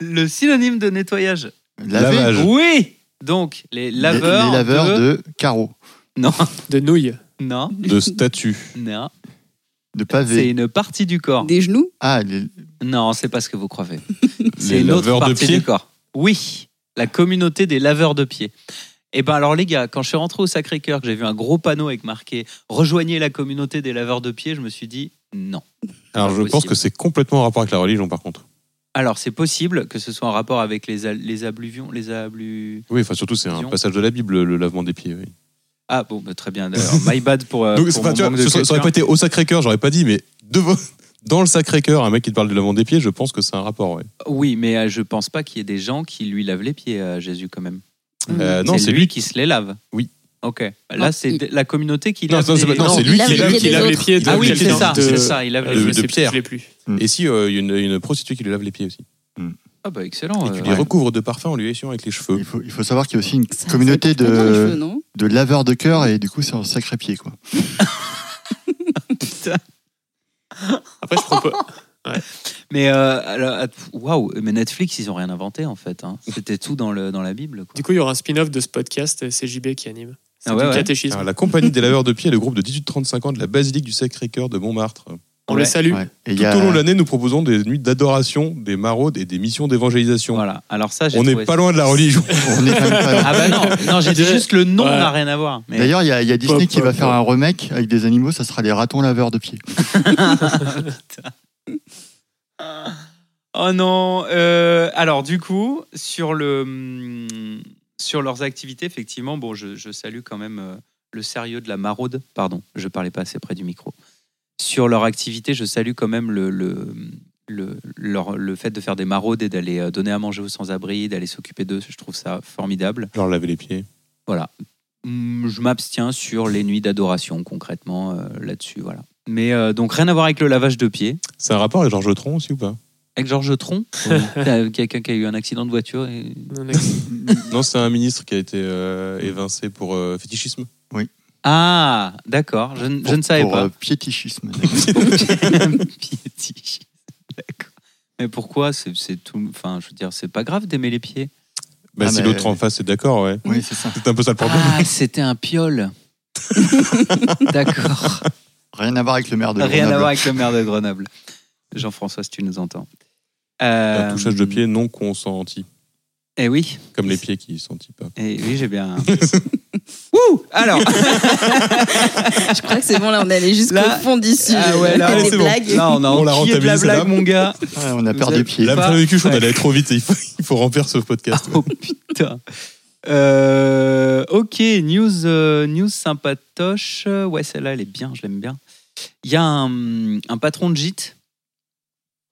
A: Le synonyme de nettoyage.
D: Laver.
B: Lavage.
A: Oui Donc, les
D: Les-
A: laveurs,
D: les laveurs
A: de...
D: de... carreaux,
A: Non,
C: De nouilles.
A: non,
B: De statues.
A: non.
D: de
A: C'est
D: pavés.
A: une partie du corps.
H: Des genoux.
D: Ah, les-
A: Non, c'est pas ce que vous croyez. C'est
B: Les
A: une autre
B: laveurs de
A: partie
B: pieds.
A: du corps. Oui, la communauté des laveurs de pieds. Eh ben alors les gars, quand je suis rentré au Sacré-Cœur, que j'ai vu un gros panneau avec marqué Rejoignez la communauté des laveurs de pieds, je me suis dit non.
B: Alors je
A: Impossible.
B: pense que c'est complètement en rapport avec la religion par contre.
A: Alors c'est possible que ce soit en rapport avec les, al- les abluvions, les ablu.
B: Oui, enfin surtout c'est un
A: Religion.
B: passage de la Bible, le lavement des pieds. oui.
A: Ah bon, bah, très bien. Alors, my bad pour. euh,
B: Donc
A: pour
B: c'est pas-
A: mon
B: tu vois,
A: manque de
B: ce serait- ça aurait
A: culture.
B: pas été au Sacré-Cœur, j'aurais pas dit, mais devant- dans le Sacré-Cœur, un mec qui te parle du lavement des pieds, je pense que c'est un rapport. ouais.
A: Oui, mais euh, je pense pas qu'il y ait des gens qui lui lavent les pieds à Jésus quand même.
B: Euh, non,
A: c'est
B: c'est
A: lui,
B: lui
A: qui se les lave.
B: Oui.
A: Ok.
H: Non,
A: Là, c'est
H: il-
A: de- la communauté qui
B: Non,
A: lave.
B: non, c'est
A: les-
B: pas- non, c'est
H: il
B: lui
H: lave
B: qui
H: les
B: lave-
H: pieds
B: qui
H: des
B: lave
C: les
H: autres.
C: pieds de
A: Ah oui, c'est
C: quelqu'un
A: ça,
C: de-
A: c'est ça. Il lave
C: Ah,
A: les
C: je
A: pieds.
C: sais
B: de
C: plus,
B: pierre.
C: Je l'ai plus.
B: Et si euh, il y a une, une prostituée qui lui lave les pieds aussi.
A: Ah bah excellent.
B: Et tu
A: euh,
B: les recouvres de parfum en lui essuyant avec les cheveux.
D: il, faut, il faut savoir qu'il y a aussi une
H: Ça- ça
D: communauté
H: coupe pas dans les cheveux,
D: de,
H: non
D: de laveurs de cœur et du coup, c'est un sacré pied. Quoi.
C: Après, je propose.
A: Mais euh, alors, att- waouh, mais Netflix, ils ont rien inventé en fait. hein. C'était tout dans le dans la Bible. Quoi.
C: Du coup, il y aura un spin-off de ce podcast. euh, C'est JB qui anime. C'est
A: Ah ouais,
C: du
A: ouais.
C: catéchisme.
B: Alors, la compagnie des laveurs de pieds est le groupe de 18-35 ans de la basilique du Sacré-Cœur de Montmartre.
C: On
A: Ouais.
C: le salue.
D: Ouais. Et il
B: Tout
D: y a-
B: au long de l'année, nous proposons des nuits d'adoration, des maraudes et des missions d'évangélisation.
A: Voilà. Alors ça, j'ai
B: On
A: trouvé
B: n'est pas loin de la religion.
D: on est quand même pas loin.
A: Ah bah non, non, j'ai dit juste le nom
C: Ouais.
A: n'a rien à voir. Mais
D: D'ailleurs, il y, a- il y a Disney
C: Pop,
D: qui va
C: pop,
D: faire
C: pop.
D: un remake avec des animaux, ça sera les ratons laveurs de pieds.
A: Oh non. euh, alors du coup, sur le hum, sur leurs activités, effectivement, bon, je, je salue quand même euh, le sérieux de la maraude. Pardon, je parlais pas assez près du micro. Sur leur activité, je salue quand même le le le, leur- le fait de faire des maraudes et d'aller euh, donner à manger aux sans-abri, d'aller s'occuper d'eux, je trouve ça formidable.
B: Genre laver les pieds.
A: Voilà. Hum, Je m'abstiens sur les nuits d'adoration concrètement euh, là-dessus, voilà. Mais euh, donc rien à voir avec le lavage de pieds.
B: C'est un rapport avec Georges Tron aussi ou pas
A: Avec Georges Tron, t'as quelqu'un qui a eu un accident de voiture. Et...
C: Non, non,
B: Non, c'est un ministre qui a été euh, évincé pour euh, fétichisme.
A: Ah, d'accord, je, ne- je ne savais
D: pour,
A: pas.
D: euh, piétichisme.
A: Piéti. D'accord. Mais pourquoi c'est, c'est tout, enfin, je veux dire, c'est pas grave d'aimer les pieds.
B: Bah,
D: Ah,
B: si
D: mais-
B: l'autre en face est d'accord, ouais.
D: oui, c'est ça.
B: C'est un peu ça le problème.
A: Ah, c'était un piole. d'accord.
D: Rien à voir avec le maire de
A: Rien à
D: Grenoble.
A: voir avec le maire de Grenoble. Jean-François, si tu nous entends. Euh,
B: Un touchage de pied non consenti.
A: Eh oui,
B: Comme les pieds qui ne sentent pas.
A: eh oui, j'ai bien. Ouh Alors,
H: Je crois que c'est bon, là, on est allé jusqu'au
A: Là-
H: fond d'issue.
A: Ah ouais, là,
H: des
B: c'est bon.
H: blagues.
A: là, on a
B: On l'a
A: enquillé de la
B: rentabilisé, là.
A: blague, mon gars.
D: Ouais, on a perdu
A: avez-
D: pied.
B: Là,
A: pas-
B: après le cul, on
A: Ouais.
B: allait trop vite. Il faut, il faut remplir ce podcast.
A: Oh putain. Euh, ok, news, euh, news sympatoche. Ouais, celle-là, elle est bien, je l'aime bien. Il y a un, un patron de gîte,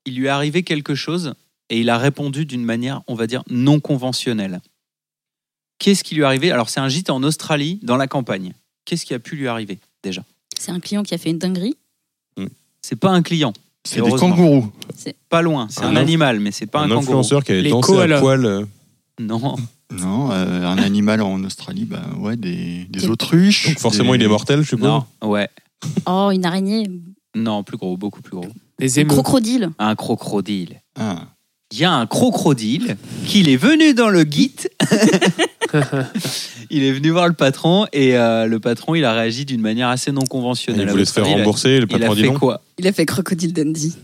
A: il lui est arrivé quelque chose et il a répondu d'une manière, on va dire, non conventionnelle. Qu'est-ce qui lui est arrivé Alors, c'est un gîte en Australie, dans la campagne. Qu'est-ce qui a pu lui arriver déjà
H: C'est un client qui a fait une dinguerie.
A: C'est pas un client,
D: C'est des
A: heureusement.
D: kangourous.
A: pas loin. C'est
B: Un
A: un
B: inf-
A: animal, mais c'est pas un,
B: un
A: kangourou.
B: influenceur qui allait
C: Les
B: danser à
C: koalas.
B: poil. euh,
A: Non,
D: Non, euh, un animal en Australie, bah ouais, des, des autruches.
B: Donc forcément,
D: des-
B: il est mortel, je suppose.
A: non, ouais,
H: Oh, une araignée.
A: non, plus gros, beaucoup plus gros.
C: Les
H: Un
C: émeutes.
H: crocodile.
A: Un crocodile.
D: Ah.
A: il y a un crocodile qu'il est venu dans le guide. il est venu voir le patron et euh, le patron il a réagi d'une manière assez non
B: Il
A: conventionnelle.
B: voulait se faire
A: Il a-
B: rembourser, le
A: Il a,
B: patron dit
A: fait
B: non.
A: quoi
H: Il a fait crocodile Dundee.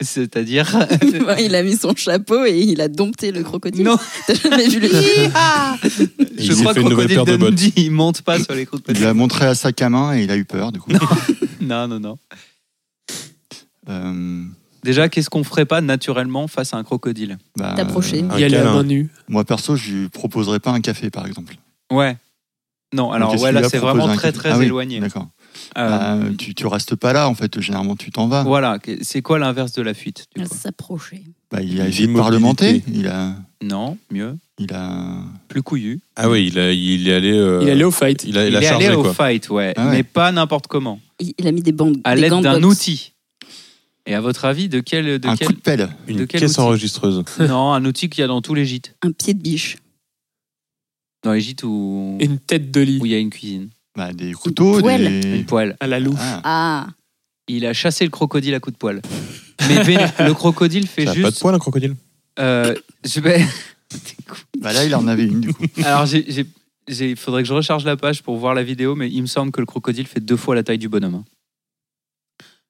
A: C'est-à-dire.
H: il a mis son chapeau et il a dompté le crocodile.
A: non,
H: T'as jamais vu le
B: Il
A: je
B: s'est
A: crois
B: fait
A: que
B: une nouvelle
A: Crocodile
B: paire de bottes.
A: Dundee, il monte pas sur les crocodiles.
D: Il a montré à sa camin et il a eu peur, du coup.
A: Non, non, non.
D: Euh,
A: Déjà, qu'est-ce qu'on ferait pas naturellement face à un crocodile
D: bah,
H: T'approcher.
B: Un
C: Il y a la
B: câlin.
C: main nue.
D: euh, moi, perso, je lui proposerais pas un café, par exemple.
A: Ouais. Non, alors
D: Donc, est-ce
A: ouais,
D: qu'il
A: là,
D: lui a
A: c'est
D: proposé
A: vraiment
D: un
A: très,
D: café
A: très
D: Ah oui,
A: éloigné.
D: D'accord.
B: Ah,
A: Euh,
D: Bah, tu, tu restes pas là, en fait. Généralement, tu t'en vas.
A: Voilà, que- c'est quoi l'inverse de la fuite du coup
H: S'approcher.
D: Bah, il a
B: L'immobilité.
D: essayé de parlementer. Il a.
A: Non, mieux,
D: Il a...
A: plus couillu.
B: Ah oui, il, a- il est allé. euh,
C: Il est allé au fight.
B: Il a, il
A: Il
B: a
A: est
B: chargé
A: allé au
B: quoi.
A: fight, ouais,
D: Ah ouais.
A: mais pas n'importe comment.
H: Il, il a mis des bandes.
A: À
H: des
A: l'aide
H: gants de
A: d'un
H: boxe.
A: outil. Et à votre avis, de quel, de
D: Un
A: quel...
D: coup de pelle.
B: Une
A: De quel
B: caisse
A: outil
B: enregistreuse.
A: non, un outil qu'il y a dans tous les gîtes,
H: Un pied de biche.
A: dans les gîtes où
C: Et une tête de lit
A: où il y a une cuisine,
D: Bah, des couteaux,
H: poêle.
A: une
D: des.
A: poêle.
C: à la louche.
D: Ah,
H: Ah,
A: Il a chassé le crocodile à coups de poêle. Mais Vé- le crocodile fait
B: Ça a
A: juste.
B: pas de poil un crocodile.
A: euh, je vais- T'es con.
D: bah là, il en avait une, du coup.
A: Alors, j'ai- j'ai- j'ai- il faudrait que je recharge la page pour voir la vidéo, mais il me semble que le crocodile fait deux fois la taille du bonhomme. hein.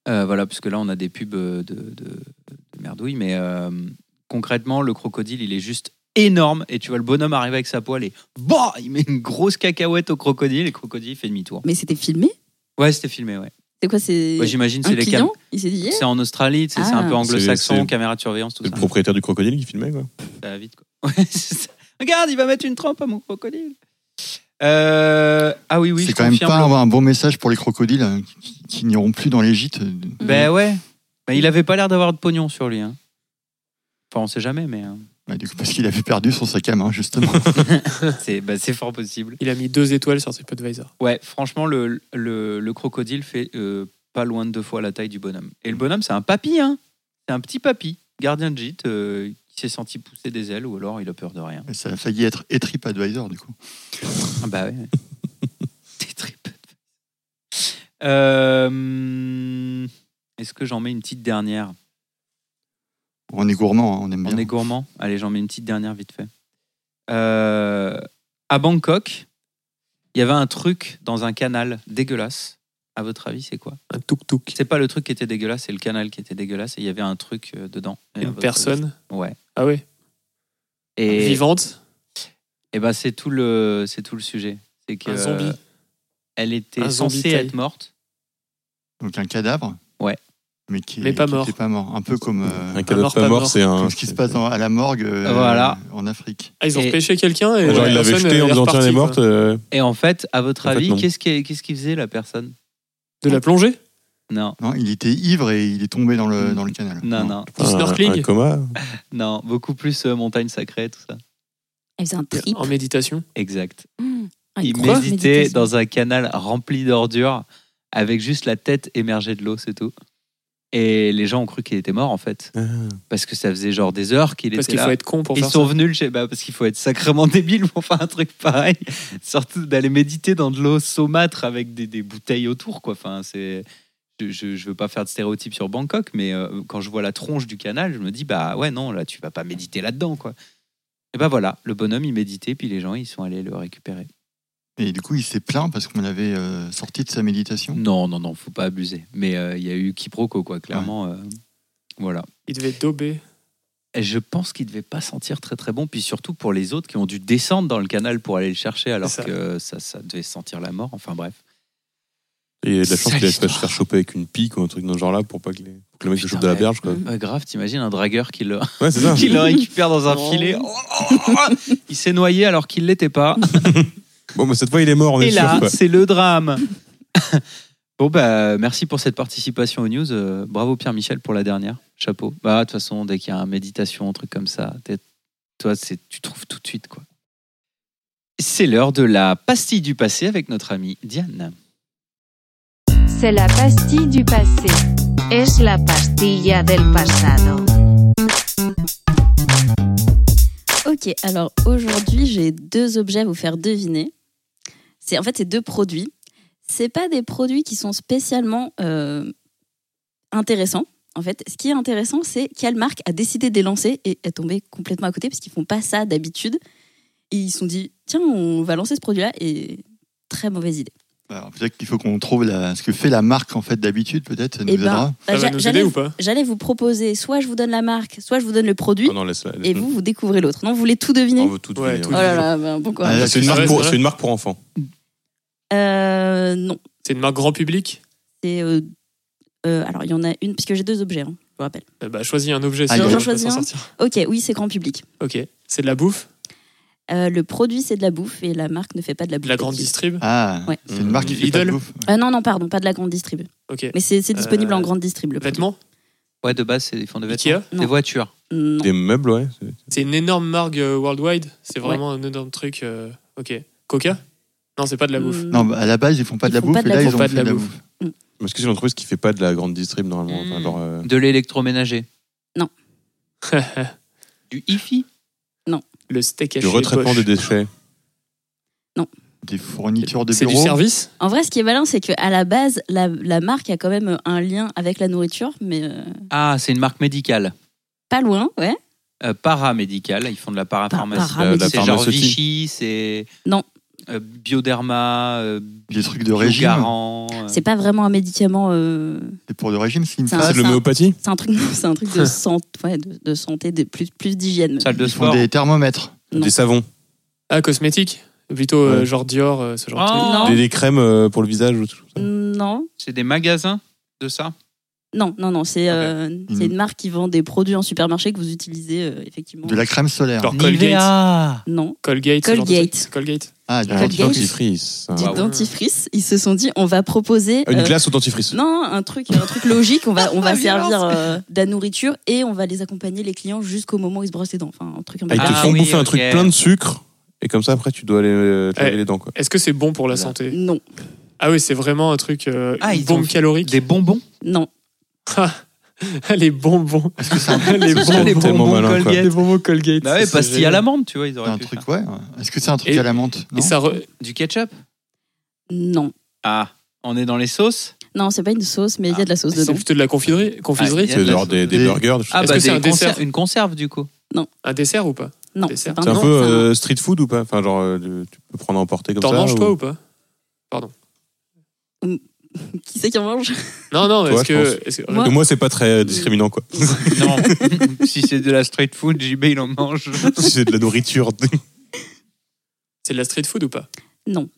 A: Euh, voilà, puisque là, on a des pubs euh, de, de, de merdouille, mais euh, concrètement, le crocodile, il est juste énorme, et tu vois le bonhomme arriver avec sa poêle et bah, il met une grosse cacahuète au crocodile, et le crocodile fait demi-tour.
H: mais c'était filmé
A: Ouais, c'était filmé, ouais.
H: C'est quoi C'est
A: Ouais, J'imagine
H: un
A: c'est les cam-
H: client Il s'est dit, eh, yeah.
A: C'est en Australie, tu sais, c'est
H: Ah.
A: un peu anglo-saxon,
B: c'est-
A: caméra de surveillance, tout
B: C'est
A: ça.
B: le propriétaire du crocodile qui filmait quoi.
A: Ça va Bah, vite, quoi. Ouais, c'est ça. Regarde, il va mettre une trempe à mon crocodile. Euh, Ah oui, oui,
D: c'est
A: je
D: quand même
A: confirme.
D: pas
A: le-
D: avoir un bon message pour les crocodiles hein, qui, qui- qui n'iront plus dans les gîtes. euh,
A: Ben
D: Mm.
A: ouais. Ben, il avait pas l'air d'avoir de pognon sur lui. hein. Enfin, on sait jamais, mais hein.
D: Bah, du coup, parce qu'il avait perdu son sac à main, justement.
A: c'est ben, c'est fort possible.
C: Il a mis deux étoiles sur TripAdvisor.
A: Ouais, franchement, le, le, le crocodile fait euh, pas loin de deux fois la taille du bonhomme. Et le bonhomme, c'est un papy, hein. C'est un petit papy, gardien de gîte, euh, qui s'est senti pousser des ailes ou alors il a peur de rien.
D: Et ça a failli être et TripAdvisor, du coup.
A: Ah bah ouais. T'es très peu de- Euh, Est-ce que j'en mets une petite dernière
D: On est gourmand, hein, on aime bien.
A: On est gourmand. Allez, j'en mets une petite dernière vite fait. Euh, à Bangkok, il y avait un truc dans un canal dégueulasse. À votre avis, c'est quoi
C: Un tuk-tuk.
A: C'est pas le truc qui était dégueulasse, c'est le canal qui était dégueulasse et il y avait un truc euh, dedans. Et à
C: Une
A: votre
C: personne.
A: avis- Ouais.
C: Ah ouais.
A: Et,
C: Vivante.
A: et ben c'est tout le c'est tout le sujet. C'est que
C: Un zombie.
A: euh, elle était
C: Un zombie
A: censée
C: taille.
A: être morte.
D: Donc un cadavre.
A: Ouais.
D: Mais qui
C: Mais pas
D: qui
C: mort.
D: était pas mort. Un peu comme, euh,
B: Un cadavre
C: mort,
B: pas
C: pas
B: mort, hein,
C: mort.
B: c'est un.
D: comme ce qui se passe en- à la morgue euh,
A: Voilà.
D: en Afrique.
C: Ah, ils ont
A: Et-
C: pêché quelqu'un et
B: Genre,
C: la
B: il l'avait
C: personne,
B: jeté en
C: elle est
B: disant tiens, elle est
C: repartie, quoi.
B: morte. euh,
A: Et en fait, à votre
B: En fait,
A: avis,
B: non.
A: qu'est-ce qui- qu'est-ce qu'il faisait la personne
C: De la plongée
A: Non,
D: Non, il était ivre et il est tombé dans le,
A: Mm.
D: dans le canal.
A: non, non,
C: Du
B: un-
C: snorkeling.
B: Ah, Un coma.
A: non, beaucoup plus euh, montagne sacrée, tout ça.
H: Elle faisait un trip.
C: En méditation.
A: Exact.
H: Mmh. Ah,
A: Il
H: grosse
A: méditait
H: méditation.
A: dans un canal rempli d'ordures avec juste la tête émergée de l'eau, c'est tout. Et les gens ont cru qu'il était mort en fait, parce que ça faisait genre des heures qu'il
C: Parce
A: était
C: qu'il
A: là.
C: faut être con pour
A: Ils
C: faire
A: sont venus le chez bah, parce qu'il faut être sacrément débile pour faire un truc pareil. Surtout d'aller méditer dans de l'eau saumâtre avec des, des bouteilles autour. Quoi. Enfin, c'est... Je, je, je veux pas faire de stéréotypes sur Bangkok, mais euh, quand je vois la tronche du canal, je me dis bah ouais, non, là tu vas pas méditer là-dedans. quoi. Et bah voilà, le bonhomme il méditait, puis les gens ils sont allés le récupérer.
D: Et du coup, il s'est plaint parce qu'on l'avait euh, sorti de sa méditation.
A: Non, non, non, faut pas abuser. Mais euh, il y a eu quiproquo, quoi, clairement. euh, voilà.
C: ça. Il devait dober.
A: Bah, Et je pense qu'il devait pas sentir très très bon, puis surtout pour les autres qui ont dû descendre dans le canal pour aller le chercher, alors
C: C'est ça.
A: que ça, ça devait sentir la mort. Enfin bref.
B: Et il a de la chance
A: Sale
B: qu'il allait pas se
A: histoire.
B: faire choper avec une pique ou un truc dans ce genre-là pour pas que, les... pour que le mec se
A: Putain,
B: chope de la
A: ouais.
B: berge. Quoi.
A: Ouais, grave, t'imagines un dragueur qui le,
B: Ouais, c'est ça.
A: qui le récupère dans un
H: Oh.
A: filet. Oh, oh, oh. il s'est noyé alors qu'il l'était pas.
B: Bon, mais cette fois, il est mort, on
A: Et
B: est sûr.
A: là,
B: quoi.
A: c'est le drame. Bon, bah, merci pour cette participation aux news. Euh, bravo Pierre-Michel pour la dernière. Chapeau. Bah, de toute façon, dès qu'il y a un méditation, un truc comme ça, t'es- toi, c'est, tu trouves tout de suite, quoi. C'est l'heure de la pastille du passé avec notre amie Diane.
I: C'est la pastille du passé. Es la pastilla del pasado.
H: Ok, alors aujourd'hui, j'ai deux objets à vous faire deviner. C'est en fait c'est deux produits. C'est pas des produits qui sont spécialement euh, intéressants. En fait, ce qui est intéressant, c'est quelle marque a décidé de les lancer et est tombée complètement à côté parce qu'ils font pas ça d'habitude. Et ils se sont dit tiens, on va lancer ce produit-là et très mauvaise idée.
D: Alors, peut-être qu'il faut qu'on trouve la- ce que fait la marque en fait d'habitude, peut-être, ça nous
H: Eh ben,
D: aidera.
H: bah,
C: Ça va
H: j'a-
C: nous aider
H: j'allais,
C: ou pas
H: j'allais vous proposer, soit je vous donne la marque, soit je vous donne le produit,
B: Ah non, laisse-la. laisse-la.
H: et vous, vous découvrez l'autre. Non, vous voulez tout
B: On
H: deviner
B: veut tout
C: Ouais,
B: deviner,
C: tout
H: Oh
B: ouais.
H: là là, ben, pourquoi
D: Ah, là,
B: C'est une,
C: Ça
B: marque
C: reste,
B: pour-
C: ouais.
B: c'est une marque pour enfants.
H: Euh, Non,
C: C'est une marque grand public
H: c'est... euh, euh, alors, il y en a une, parce que j'ai deux objets, hein, je vous rappelle.
C: Euh, Bah, choisis un objet.
D: Ah,
C: sinon
D: j'en
C: on va pas
H: choisis
C: s'en
H: un
C: sortir.
H: Ok, oui, c'est grand public.
C: Ok. C'est de la bouffe,
H: Euh, le produit, c'est de la bouffe, et la marque ne fait pas de la bouffe.
C: de la grande distrib.
D: Ah,
H: Ouais.
D: c'est une marque qui fait
C: Lidl.
D: pas de bouffe.
H: Ah non, non, pardon, pas de la grande distrib.
C: Ok.
H: Mais c'est, c'est disponible
C: Euh,
H: en grande distrib. Le produit.
C: Vêtements
A: Ouais, de base, c'est des fonds de vêtements.
C: Ikea
A: Des
H: Non.
A: voitures.
H: Non.
B: Des meubles, ouais. c'est-
C: C'est une énorme marque euh, worldwide. C'est vraiment un énorme truc. euh, Ok. Coca Non, c'est pas de la bouffe.
H: Mm,
D: Non, bah, à la base, ils font pas de
H: Ils
D: la
H: font
D: bouffe,
H: pas de
D: et
H: la
D: là,
H: bouffe.
D: ils ont
C: Pas de
D: fait
C: la
D: de la
C: bouffe.
D: bouffe.
B: Parce que c'est une entreprise qui fait pas de la grande distrib normalement. Enfin,
A: Mm.
B: genre, euh,
A: De l'électroménager. Mm.
C: le
A: Du hi-fi.
C: steak
B: du
C: haché.
B: retraitement
C: Bosch.
B: des déchets.
D: Des fournitures de
C: C'est du
D: bureau.
C: service
H: En vrai, ce qui est malin, c'est qu'à la base, la, la marque a quand même un lien avec la nourriture, mais euh,
A: Ah, c'est une marque médicale.
H: pas loin, ouais.
A: Euh, paramédicale. Ils font de la parapharmacie.
H: para-
B: la
A: c'est genre
B: pharmaceutique.
A: Vichy, c'est.
H: Non.
A: euh, Bioderma, euh,
D: Des trucs de régime.
A: Biogarant, euh,
H: C'est pas vraiment un médicament. euh,
D: C'est pour le régime, c'est une
A: Ah,
H: C'est un-
B: C'est
D: phase.
B: de l'homéopathie
H: C'est un truc, c'est un truc de, santé, ouais, de, de santé, de plus, plus d'hygiène.
A: salle de
D: Ils font
A: sport.
D: des thermomètres.
H: Non.
B: Des savons
C: Ah, cosmétique Plutôt euh,
B: Ouais.
C: genre Dior, euh, ce genre
A: Ah, Mm.
H: Non.
B: des, des crèmes euh, pour le visage ou tout ça.
H: Non,
A: C'est des magasins de ça
H: non, non, non. C'est euh, c'est
D: Une-
B: Mm.
H: une marque qui vend des produits en supermarché que vous utilisez euh, effectivement.
D: De la crème solaire.
C: Genre Colgate.
A: Nivea.
H: Non,
C: Colgate. ce genre de truc.
H: Colgate.
C: Colgate.
D: Ah, du
H: Colgate.
B: dentifrice.
H: du
B: Ah,
A: ouais.
H: dentifrice. Ils se sont dit, on va proposer.
B: Une
H: euh,
B: glace au dentifrice.
H: Non, un truc, un truc logique. On va, on va
A: La violence.
H: servir euh, de la nourriture et on va les accompagner les clients jusqu'au moment où ils se brossent les dents. Enfin, un truc un
B: Ah,
H: peu.
B: Ils te
A: Ah
B: font
A: oui,
B: bouffer un
A: ok.
B: truc plein de sucre et comme ça après tu dois aller euh, te laver
C: Eh.
B: les dents quoi.
C: Est-ce que c'est bon pour la
B: Voilà.
C: santé
H: Non,
C: Ah oui, c'est vraiment un truc. euh,
A: Ah,
C: une
A: ils ont
C: bombe
A: fait
C: calorique. Ah,
A: Des bonbons
H: non.
C: les bonbons.
D: Est-ce que c'est un,
C: les bonbons.
A: Les
B: tellement
A: bonbons
B: malin, Ah, quoi.
A: Colgate.
C: Les bonbons Colgate.
A: Bah ouais,
C: c'est
A: pastilles
C: génial.
A: à l'amande, tu vois, ils auraient
D: un
A: pu
D: truc,
A: faire.
D: ouais ouais. Est-ce que c'est un truc
C: Et-
D: à la menthe non
C: Et ça re-
A: Du ketchup
H: Non.
A: Ah, on est dans les sauces
H: Non, c'est pas une sauce, mais il y a de la
B: Ah,
H: sauce
C: C'est
H: dedans.
C: plutôt de la confiserie.
A: Ah,
C: confiserie.
A: il y a
B: C'est genre des, des
D: Des-
B: burgers. des choses.
A: Ah
C: Est-ce
A: bah
C: que c'est
A: des
C: un
A: conser-
C: dessert
A: une conserve du coup.
C: Un dessert ou pas
H: Non,
C: Dessert.
H: c'est pas
B: C'est un
H: non,
B: peu
H: c'est un-
B: euh, street food ou pas Enfin genre euh, le- tu peux prendre à emporter comme
C: T'en
B: ça.
C: manges
B: ou-
C: toi ou pas
H: Qui c'est qui en mange
C: Non, non,
B: Toi,
C: est-ce
B: je
C: que. est-ce que-
H: Moi
B: Parce que moi c'est pas très euh, discriminant quoi.
A: Non, si c'est de la street food, JB il en mange.
B: Si c'est de la nourriture.
C: C'est de la street food ou pas
H: Non.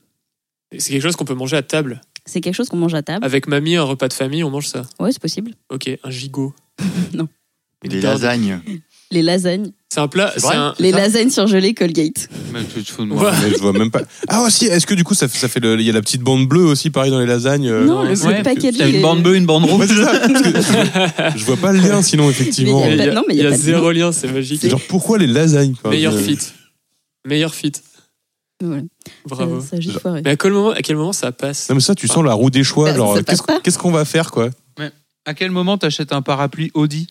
C: C'est quelque chose qu'on peut manger à table.
H: C'est quelque chose qu'on mange à table.
C: Avec mamie, un repas de famille, on mange ça.
B: Ah.
H: Ouais, c'est possible.
C: Ok, un gigot.
H: Non.
C: Une
D: Des
C: dinde.
D: lasagnes.
H: Les lasagnes.
C: C'est un plat.
D: C'est
C: C'est
D: vrai
C: un.
H: Les
D: ça
H: lasagnes surgelées Colgate.
A: Mais tu te fous de
C: moi.
B: Mais je vois même pas. Ah ouais, si, est-ce que du coup ça, fait- ça fait le- il y a la petite bande bleue aussi pareil dans les lasagnes euh,
H: non, le, le
A: ouais,
H: paquet
A: T'as
H: les-
A: une bande bleue, une bande
B: Ouais,
A: rouge.
B: c'est ça, parce que je vois pas le lien sinon effectivement.
H: Mais
C: Il y a,
H: Non, mais
C: il y a
H: pas de
C: zéro lien, c'est magique.
B: C'est Genre pourquoi les lasagnes quoi
C: Meilleur
B: Je-
C: fit. Meilleur fit.
H: Voilà.
C: Bravo.
H: Ça, ça a juste
B: Genre-
H: foiré.
C: Mais à quel moment, à quel moment ça passe
B: Non mais ça tu sens la roue des choix
H: Ça-
B: genre
H: ça passe
B: qu'est-ce qu'on-
H: pas.
B: qu'est-ce qu'on va faire quoi
A: À quel moment t'achètes un parapluie Audi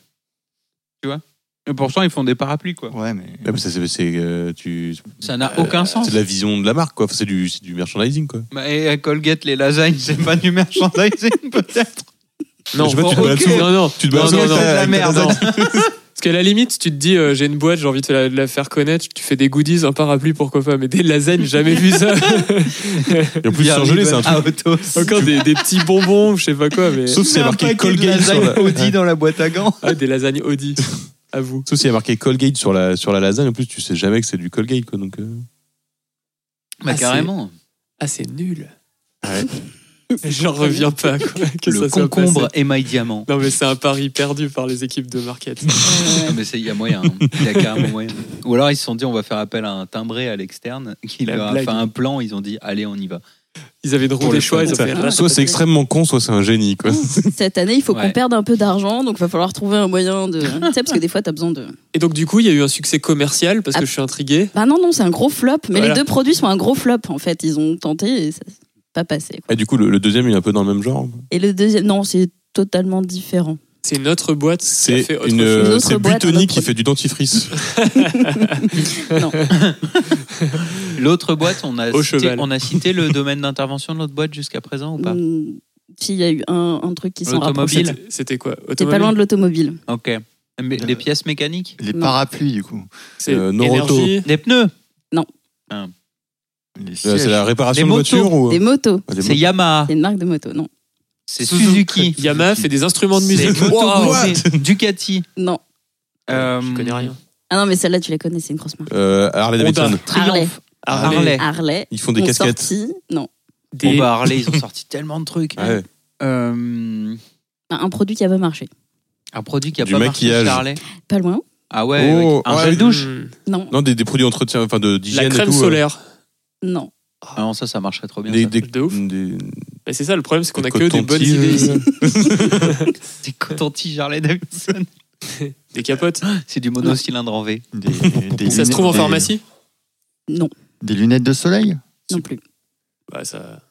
A: Tu vois Et pourtant ils font des parapluies quoi.
D: Ouais, mais.
B: Ouais, mais ça, c'est c'est, euh, tu-
A: Ça n'a aucun sens.
B: c'est de la vision de la marque quoi. Enfin, c'est du c'est du merchandising quoi.
A: Bah, et à Colgate, les lasagnes, c'est pas du merchandising peut-être
C: Non, oh,
B: Je sais pas, tu te
A: bon,
B: balades
A: ok.
B: souvent-
C: non, non.
B: tu te
C: non,
B: balances
C: non,
B: avec
C: non,
B: ta-
A: de la
B: avec ta
A: merde.
B: lasagne.
C: Parce qu'à la limite, tu te dis, euh, j'ai une boîte, j'ai envie de la, de la faire connaître, tu fais des goodies, un parapluie, pourquoi pas, mais des lasagnes, jamais vu ça.
B: Et en plus surgelé c'est un truc.
C: Encore des, des petits bonbons, je sais pas quoi, mais.
B: Sauf s'il y a marqué Colgate sur la.
A: Audi dans la boîte à gants.
C: Ah, des lasagnes Audi. À vous.
B: Sauf s'il y a marqué Colgate sur la sur la lasagne. En plus tu sais jamais que c'est du Colgate quoi donc. euh.
A: Bah
C: Ah,
A: carrément.
C: Ah, c'est nul.
B: Ouais.
C: J'en reviens pas, quoi. Que
A: le
C: ça soit
A: concombre
C: passé.
A: émail diamant.
C: Non, mais c'est un pari perdu par les équipes de market.
A: Ah, Mais c'est- il y a moyen, hein. il y a carrément moyen. Ou alors ils se sont dit on va faire appel à un timbré à l'externe qui
C: La
A: leur a
C: blague.
A: fait un plan, ils ont dit allez on y va.
C: Ils avaient
B: Pour
C: drôle
B: le
C: des choix,
B: fun,
C: ils ont
B: ça.
C: fait.
H: Ah,
B: Soit
H: peut-être.
B: c'est extrêmement con soit c'est un génie quoi.
H: Cette année, il faut
A: Ouais.
H: qu'on perde un peu d'argent, donc va falloir trouver un moyen de. tu sais, parce que des fois, t'as besoin de.
C: Et donc, du coup, il y a eu un succès commercial parce que je suis intrigué.
H: Bah non, non, c'est un gros flop. Mais
C: Voilà.
H: les deux produits sont un gros flop, en fait. Ils ont tenté et ça s'est pas passé. quoi.
B: Et du coup le, le deuxième il est un peu dans le même genre.
H: Et le deuxième, non, c'est totalement différent.
C: C'est une autre boîte qui a
B: C'est
C: fait autre
B: une
C: chose.
H: Une
B: euh,
H: autre
B: c'est
H: boîte, un
B: Butoni
H: autre
B: qui fait du dentifrice.
A: L'autre boîte, on a,
C: Au
A: cité,
C: cheval.
A: on a cité le domaine d'intervention de l'autre boîte jusqu'à présent ou pas
H: Hmm, S'il y a eu un, un truc qui s'en rapproche.
A: L'automobile.
C: C'était- C'était quoi
H: C'est pas
C: Automobile
H: loin de l'automobile.
A: Ok. Mais les pièces mécaniques
D: Les
H: Non.
D: parapluies, du coup.
C: C'est
B: Euh, Noroto.
C: énergie.
A: Les pneus
H: Non.
A: Hein.
D: Les
B: Euh,
D: sièges.
B: C'est la réparation
A: Les
B: de
A: motos.
B: voiture ou
H: Des motos.
B: Ah, des
A: C'est Yamaha,
H: C'est une marque de moto, non.
A: c'est Suzuki,
C: Yamaha fait des instruments de
A: c'est
C: musique. Waouh.
A: Motorola, Ducati.
H: Non.
A: Euh,
C: Je connais rien.
H: Ah non, mais celle-là, tu la connais, c'est une grosse marque.
B: Euh, Harley Davidson.
C: Honda.
A: Triomphe.
C: Harley.
A: Harley.
H: Harley.
B: Ils font des
H: ont
B: casquettes.
H: sorti- Non.
A: Bon
C: Des-
A: bah Harley, ils ont sorti tellement de trucs.
B: Ah ouais.
A: Euh,
H: Un un produit qui a pas marché.
A: un produit qui a
B: Du
A: pas marché
B: maquillage.
A: chez Harley.
H: Pas loin.
A: Ah ouais,
B: Oh,
A: ouais, un
B: ouais.
A: gel douche.
C: Hmm.
H: Non.
B: Non, des, des produits d'entretien, enfin de-
C: La
B: d'hygiène et
C: crème
B: tout, euh,
C: solaire.
H: Non.
A: Ah non, ça, ça marcherait trop bien.
B: des,
A: ça.
B: des-
C: De ouf.
B: des-
C: Mais Bah, c'est ça le problème, c'est qu'on a
B: des
C: que des bonnes
B: cotons-tiges.
C: idées.
A: C'est coton-tige Harley Davidson.
C: Des capotes.
A: C'est du monocylindre en V.
D: Des, des
C: Ça se trouve en
D: lunettes-
C: pharmacie
H: Non.
D: Des, des lunettes de soleil
H: Non plus.
C: Bah ça.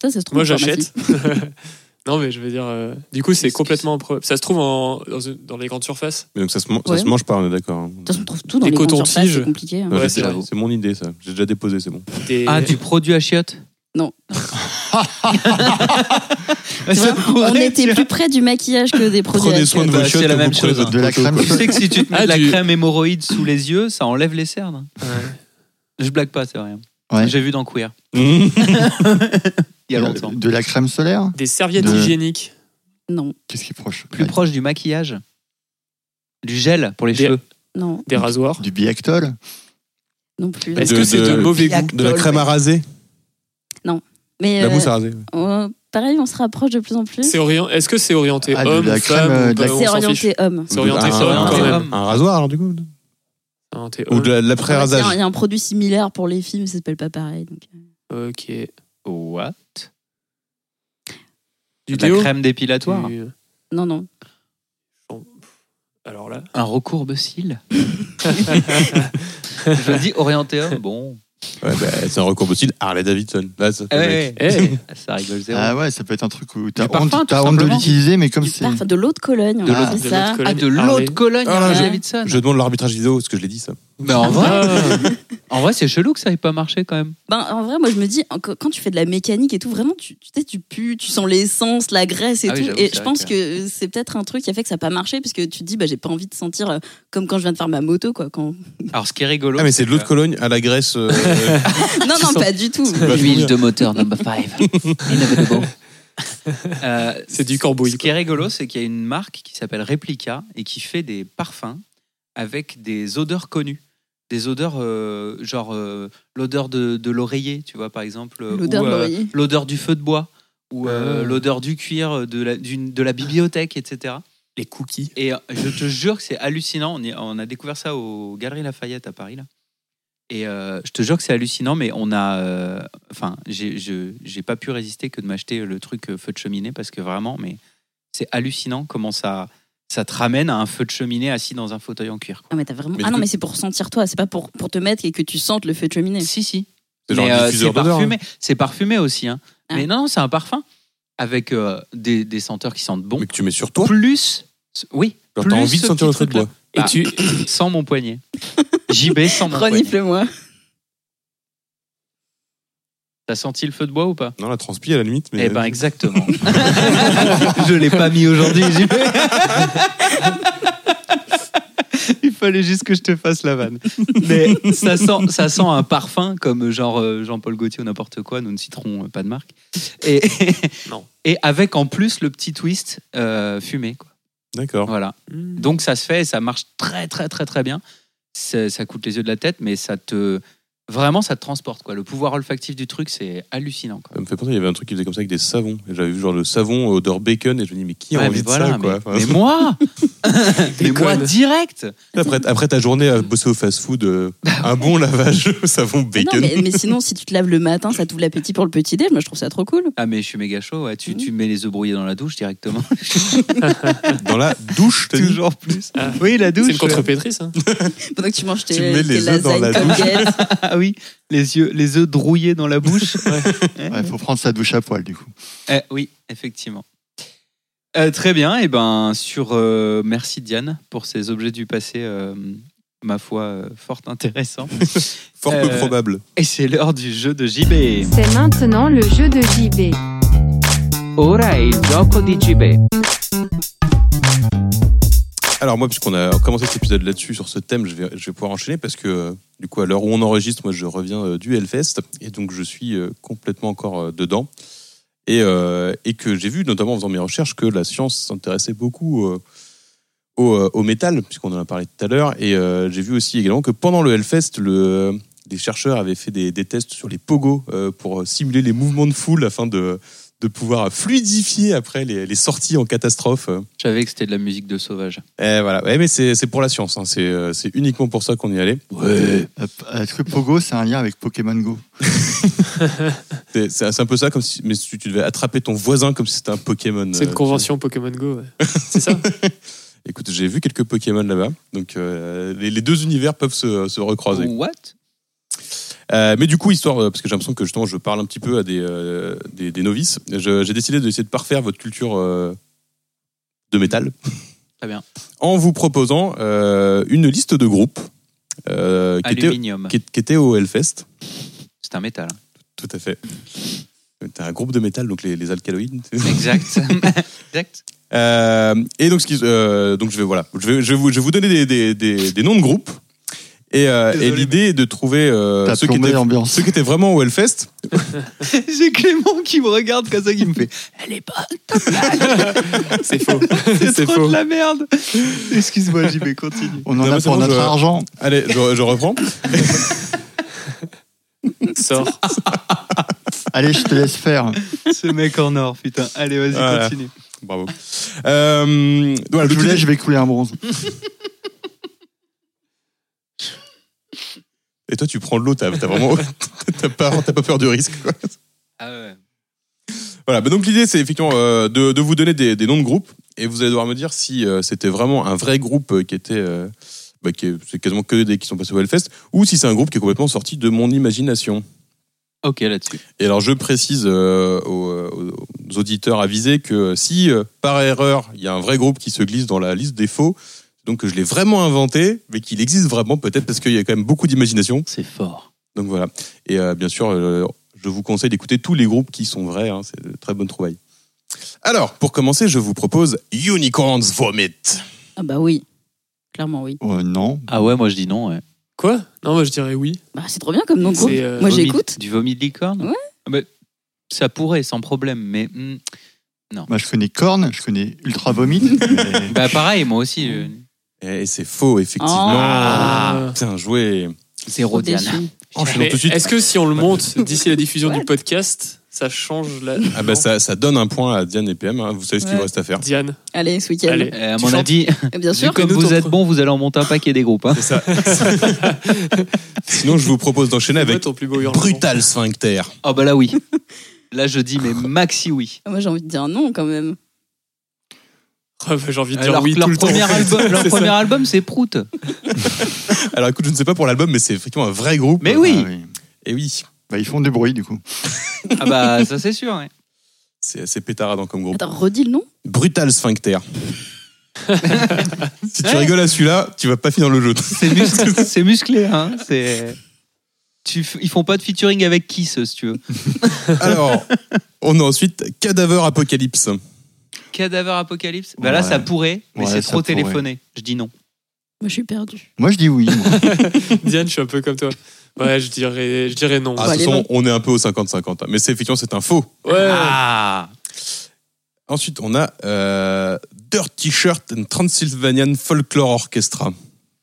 H: Ça, ça se trouve
C: Moi
H: en pharmacie.
C: j'achète. non mais je veux dire. euh, Du coup c'est complètement improbable. Ça se trouve en- dans, une- dans les grandes surfaces.
B: Mais Donc ça se, man- ça
H: Ouais.
B: se mange pas, on est d'accord. hein.
H: De toute façon, on trouve tout dans
C: Des
H: les grandes
C: cotons-tiges.
H: surfaces, C'est compliqué. hein.
B: Non,
C: Ouais,
B: j'ai
C: c'est
B: déjà-
C: vrai.
B: c'est mon idée, ça. J'ai déjà déposé, c'est bon.
C: Des-
A: Ah, du produit à chiottes
H: Non.
A: Ça
H: Tu vois,
A: pourrait,
H: on
A: tu
H: était
A: vois.
H: plus près du maquillage que des produits.
B: Prenez
H: à
B: soin de
A: bah,
B: vos
A: c'est
B: chiottes.
A: la
B: et
A: même
B: vous prenez
A: chose,
B: votre
C: hein.
D: De la
B: poteau.
D: crème
A: Tu sais que si tu te mets
C: Ah,
A: de la
C: du-
A: crème hémorroïde sous les yeux, ça enlève les cernes.
C: Ouais.
A: Je blague pas, c'est vrai.
D: Ouais.
A: J'ai vu dans Queer,
B: Mmh.
A: il y a longtemps.
D: De la crème solaire
C: Des serviettes
D: De-
C: hygiéniques.
H: Non,
D: Qu'est-ce qui est proche
A: Plus
D: Ouais,
A: proche du maquillage, du gel pour les
C: Des-
A: cheveux.
H: non,
C: Des rasoirs.
D: Du Biactol
H: non plus.
C: Est-ce
B: De-
C: que c'est de,
B: de-
C: mauvais goût
B: De la crème à raser.
H: Mais
B: La
H: euh,
B: mousse à raser.
H: on- pareil, on se rapproche de plus en plus.
C: C'est orient- Est-ce que c'est orienté
D: Ah, de
C: homme,
D: la crème,
C: femme
D: euh,
C: ou
D: de la-
C: pas, on
H: C'est
C: s'en fiche.
H: orienté homme.
C: C'est orienté
B: Un-
C: homme, quand
A: orienté
C: même.
A: homme.
B: Ah, Un rasoir, alors, du coup
C: Orienté
B: Ou
C: homme.
B: de la- de
H: Il y
B: l'après-rasage.
H: a- il y a un produit similaire pour les films, mais ça s'appelle pas pareil. donc. euh,
C: Ok.
A: What
C: Du
A: De la
C: déo
A: crème dépilatoire.
C: Du-
H: Non, non.
C: Alors là.
A: Un recourbe cils. Je dis orienté homme, bon.
B: Ouais, bah, c'est un recours possible. Harley Davidson. Là, ça fait
A: Eh,
B: mec.
A: eh,
C: Eh,
A: Ça rigole zéro.
D: Ah ouais, ça peut être un truc où t'as
A: Du parfum,
D: honte,
A: tout
D: t'as honte de
A: simplement.
D: l'utiliser, mais comme
H: Du
D: c'est.
H: parfum de l'eau de Cologne.
D: De l'eau
H: c'est
C: de
H: ça.
C: l'autre
A: Ah,
C: Cologne.
A: de l'eau
C: Harley.
A: de Cologne,
B: Ah,
A: Harley
H: je-
A: Davidson.
B: Je demande l'arbitrage vidéo parce que je l'ai dit ça.
A: Mais en vrai,
C: Ah.
A: en vrai c'est chelou que ça ait pas marché quand même.
H: Ben, en vrai, moi, je me dis, en- quand tu fais de la mécanique et tout, vraiment, tu, tu sais, tu pues, tu sens l'essence, la graisse et
A: Ah oui,
H: tout.
A: j'avoue,
H: et
A: c'est
H: je
A: vrai
H: pense
A: que-
H: que c'est peut-être un truc qui a fait que ça n'a pas marché, parce que tu te dis, bah, j'ai pas envie de sentir euh, comme quand je viens de faire ma moto, quoi. Quand...
A: Alors ce qui est rigolo.
B: Ah, mais c'est de l'eau de Cologne à la Grèce. euh, euh,
H: non, non, pas du tout.
B: Bah,
A: L'huile de moteur number 5. Inevitable. Euh,
C: C'est du cambouis,
A: Ce qui est rigolo, c'est qu'il y a une marque qui s'appelle Replica et qui fait des parfums avec des odeurs connues. Des odeurs, euh, genre euh, l'odeur de, de l'oreiller, tu vois, par exemple. euh,
H: L'odeur
A: ou,
H: de
A: euh,
H: l'oreiller.
A: l'odeur du feu de bois, ou euh,
C: Ah.
A: l'odeur du cuir, de la, d'une- de la bibliothèque, etc.
C: les cookies.
A: Et euh, je te jure que c'est hallucinant. On, y- on a découvert ça aux Galeries Lafayette à Paris. Là. Et euh, je te jure que c'est hallucinant, mais on a. euh, Enfin, j'ai- je j'ai pas pu résister que de m'acheter le truc euh, feu de cheminée parce que vraiment, mais c'est hallucinant comment ça, ça te ramène à un feu de cheminée assis dans un fauteuil en cuir. quoi.
H: Ah, mais t'as vraiment...
B: Mais
H: ah
B: du
H: non,
B: coup-
H: mais c'est pour sentir toi, c'est pas pour, pour te mettre et que tu sentes le feu de cheminée.
A: Si, si.
B: C'est genre
A: Mais,
B: un
A: euh,
B: diffuseur
A: c'est
B: d'odeur. hein.
A: parfumé. C'est parfumé aussi. hein.
H: Ah.
A: Mais non, non, c'est un parfum avec euh, des, des senteurs qui sentent bon.
B: Mais que tu mets sur toi.
A: Plus. Oui.
B: Genre,
A: plus
B: t'as envie de
A: ce
B: sentir le
A: petit
B: feu de bois.
C: Et
A: Ah.
C: tu.
A: sans mon poignet. JB sans mon poignet.
H: Renifle-moi.
A: T'as senti le feu de bois ou pas
B: Non, la transpi à la limite. Mais euh,
A: Eh ben exactement. Je l'ai pas mis aujourd'hui, JB. Il fallait juste que je te fasse la vanne. Mais ça sent, ça sent un parfum comme genre euh, Jean-Paul Gaultier ou n'importe quoi. Nous ne citerons euh, pas de marque. Et,
C: Non.
A: et avec en plus le petit twist euh, fumé. Quoi.
B: D'accord.
A: Voilà.
C: Hmm.
A: Donc ça se fait, et ça marche très très très très bien. Ça, ça coûte les yeux de la tête, mais ça te vraiment ça te transporte quoi. Le pouvoir olfactif du truc c'est hallucinant. Quoi.
B: Ça me fait penser, il y avait un truc qui faisait comme ça avec des savons. Et J'avais vu genre le savon odeur bacon et je me dis mais qui a
A: Ouais,
B: envie
A: mais
B: de
A: voilà,
B: ça quoi
A: mais,
B: Enfin,
A: mais moi, mais moi
C: Bacon.
A: direct.
B: après, après ta journée à bosser au fast-food, euh, un bon lavage au savon
H: Ah
B: bacon.
H: Non, mais, mais sinon, si tu te laves le matin, ça t'ouvre l'appétit pour le petit déj. Moi, je trouve ça trop cool.
A: Ah mais je suis méga chaud. ouais. Tu, tu mets les œufs brouillés dans la douche directement.
B: Dans la douche, t'as dit
A: Toujours plus.
C: Ah.
A: Oui la douche.
C: C'est une contrepétrice. Hein.
H: Pendant que tu manges tes,
B: Tu mets les
H: tes
B: œufs dans
H: lasagnes
B: la
H: comme
B: douche.
H: Gaëlle.
A: Ah oui les yeux les œufs drouillés dans la bouche.
D: Ouais, faut prendre sa douche à poil, du coup.
A: Eh oui, effectivement. Euh, très bien, et ben sur euh, merci Diane pour ces objets du passé, euh, ma foi, euh, fort intéressants.
B: Fort peu
A: Euh,
B: probable.
A: Et c'est l'heure du jeu de JB.
I: C'est maintenant le jeu de JB.
B: Alors moi, puisqu'on a commencé cet épisode là-dessus, sur ce thème, je vais, je vais pouvoir enchaîner parce que euh, du coup, à l'heure où on enregistre, moi je reviens euh, du Hellfest et donc je suis euh, complètement encore euh, dedans. Et, euh, et que j'ai vu, notamment en faisant mes recherches, que la science s'intéressait beaucoup euh, au, euh, au métal, puisqu'on en a parlé tout à l'heure. Et euh, j'ai vu aussi également que pendant le Hellfest, le, les chercheurs avaient fait des, des tests sur les pogos euh, pour simuler les mouvements de foule afin de, de pouvoir fluidifier après les, les sorties en catastrophe.
A: Je savais que c'était de la musique de sauvage.
B: Eh, voilà, ouais, mais c'est c'est pour la science, hein. c'est euh, c'est uniquement pour ça qu'on y allait.
D: Est-ce que Pogo, c'est un lien avec Pokémon Go
B: C'est- C'est c'est un peu ça, comme si, mais si tu devais attraper ton voisin comme si c'était un Pokémon.
C: C'est une
B: euh,
C: convention Pokémon Go. ouais. C'est ça
B: tu- Écoute, j'ai vu quelques Pokémon là-bas, donc euh, les, les deux univers peuvent se, se recroiser.
A: What
B: Euh, mais du coup, histoire, euh, parce que j'ai l'impression que justement je parle un petit peu à des, euh, des, des novices, je- j'ai décidé d'essayer de parfaire votre culture euh, de métal.
A: Très bien.
B: En vous proposant euh, une liste de groupes euh, qui, étaient,
A: Aluminium.
B: qui- qui étaient au Hellfest.
A: C'est un métal.
B: Tout à fait. T'as un groupe de métal, donc les, les alcaloïdes.
A: Exact. exact.
B: Euh, et donc, ce qui- euh, donc je vais voilà, je vais, je vais vous, je vais vous donner des, des, des, des noms de groupes. Et, euh,
C: Désolé,
B: et l'idée est de trouver euh,
D: T'as
B: ceux, qui
D: plombé
B: étaient,
D: l'ambiance.
B: ceux qui étaient vraiment au Hellfest.
A: J'ai Clément qui me regarde comme ça, qui me fait Elle est pas.
C: C'est faux.
A: C'est
C: C'est
A: trop
C: faux.
A: de la merde. Excuse-moi, j'y vais, continue.
D: On en
B: Non, mais
D: a
B: c'est
D: pour
B: bon,
D: notre
B: je-
D: argent.
B: Allez, je, je reprends.
C: Sors.
D: Allez, je te laisse faire.
A: Ce mec en or, putain. Allez, vas-y,
B: Voilà.
A: continue.
B: Bravo. Euh, voilà,
D: Je
B: le
D: voulais,
B: petit-
D: je vais couler un bronze.
B: Et toi, tu prends de l'eau, t'as t'as vraiment, t'as pas, t'as pas peur du risque. Quoi.
A: Ah ouais.
B: Voilà, bah donc l'idée c'est effectivement euh, de, de vous donner des, des noms de groupes et vous allez devoir me dire si euh, c'était vraiment un vrai groupe euh, qui était. euh, bah, qui est- c'est quasiment que des qui sont passés au Hellfest ou si c'est un groupe qui est complètement sorti de mon imagination.
A: Ok, là-dessus.
B: Et alors je précise euh, aux, aux auditeurs avisés que si euh, par erreur il y a un vrai groupe qui se glisse dans la liste des faux, donc que je l'ai vraiment inventé mais qu'il existe vraiment peut-être parce qu'il y a quand même beaucoup d'imagination.
A: C'est fort.
B: Donc voilà. Et euh, bien sûr, euh, je vous conseille d'écouter tous les groupes qui sont vrais. hein. c'est de très bonne trouvaille. Alors, pour commencer, je vous propose Unicorns Vomit.
H: Ah bah oui, clairement oui.
D: Euh, non.
A: Ah ouais, moi je dis non. Ouais.
C: Quoi Non, moi je dirais oui.
H: Bah c'est trop bien comme nom de groupe.
C: C'est, euh,
H: Moi
A: Vomi-
H: j'écoute.
A: Du vomi de licorne
H: Ouais.
A: Ah bah, ça pourrait, sans problème, mais. hmm.
D: Moi, je connais Korn, je connais Ultra Vomit. mais-
A: Bah pareil, moi aussi. je-
B: Et c'est faux, effectivement.
C: Euh,
H: Ah.
B: Bien joué.
A: Zéro
H: Trop
A: Diane. Oh,
H: déçue.
B: Enchaînons
C: Mais
B: tout de suite.
C: Est-ce que si on le monte d'ici la diffusion
H: Ouais.
C: du podcast, ça change la.
B: Ah bah ça, ça donne un point à Diane et PM. hein. Vous savez ce qu'il
H: Ouais.
B: vous reste à faire.
C: Diane.
H: Allez, ce week-end. Ah,
C: Allez.
A: Euh, à
C: Tu
A: mon
C: chantes
A: avis,
H: Bien
A: vu
H: sûr.
A: comme
C: Fais-nous
A: vous
C: ton
A: êtes
C: pre-
A: bon, vous allez en monter un paquet des groupes. hein.
B: Sinon, je vous propose d'enchaîner
C: C'est quoi
B: avec
C: ton plus beau hurlement
B: Brutal Sphincter.
A: Ah bah là oui. Là je dis mais maxi oui.
H: Moi j'ai envie de dire non quand même.
C: Ah bah, J'ai envie de dire
A: Alors
C: oui
A: que leur
C: tout le temps.
A: premier
C: en fait.
A: album, leur
C: C'est ça.
A: premier album c'est Prout.
B: Alors écoute, je ne sais pas pour l'album, mais c'est effectivement un vrai groupe.
A: Mais
D: Ah
A: oui.
D: oui.
B: Et oui,
D: Bah, ils font du bruit, du coup.
A: Ah bah ça c'est sûr. ouais.
B: c'est assez pétaradant comme groupe.
H: Attends, redis le nom.
B: Brutal Sphincter. si tu rigoles à celui-là, tu vas pas finir le jeu.
A: C'est musclé, c'est musclé hein. C'est tu, f- ils font pas de featuring avec Kiss si tu veux.
B: Alors, on a ensuite Cadaver Apocalypse.
A: Cadaver Apocalypse. Bah là
D: Ouais.
A: ça pourrait, mais
D: Ouais,
A: c'est
D: ça
A: trop
D: pourrait.
A: téléphoné. Je dis non.
H: Moi je suis perdue.
D: Moi, je dis oui. moi.
C: Diane, je suis un peu comme toi. Ouais, je dirais, je dirais non.
B: Ah,
H: Bah,
B: de toute
H: les
B: façon,
H: noms.
B: on est un peu au 50-50. hein. Mais c'est effectivement, c'est un faux.
C: Ouais.
A: Ah.
B: Ensuite, on a euh, Dirty Shirt and Transylvanian Folklore Orchestra.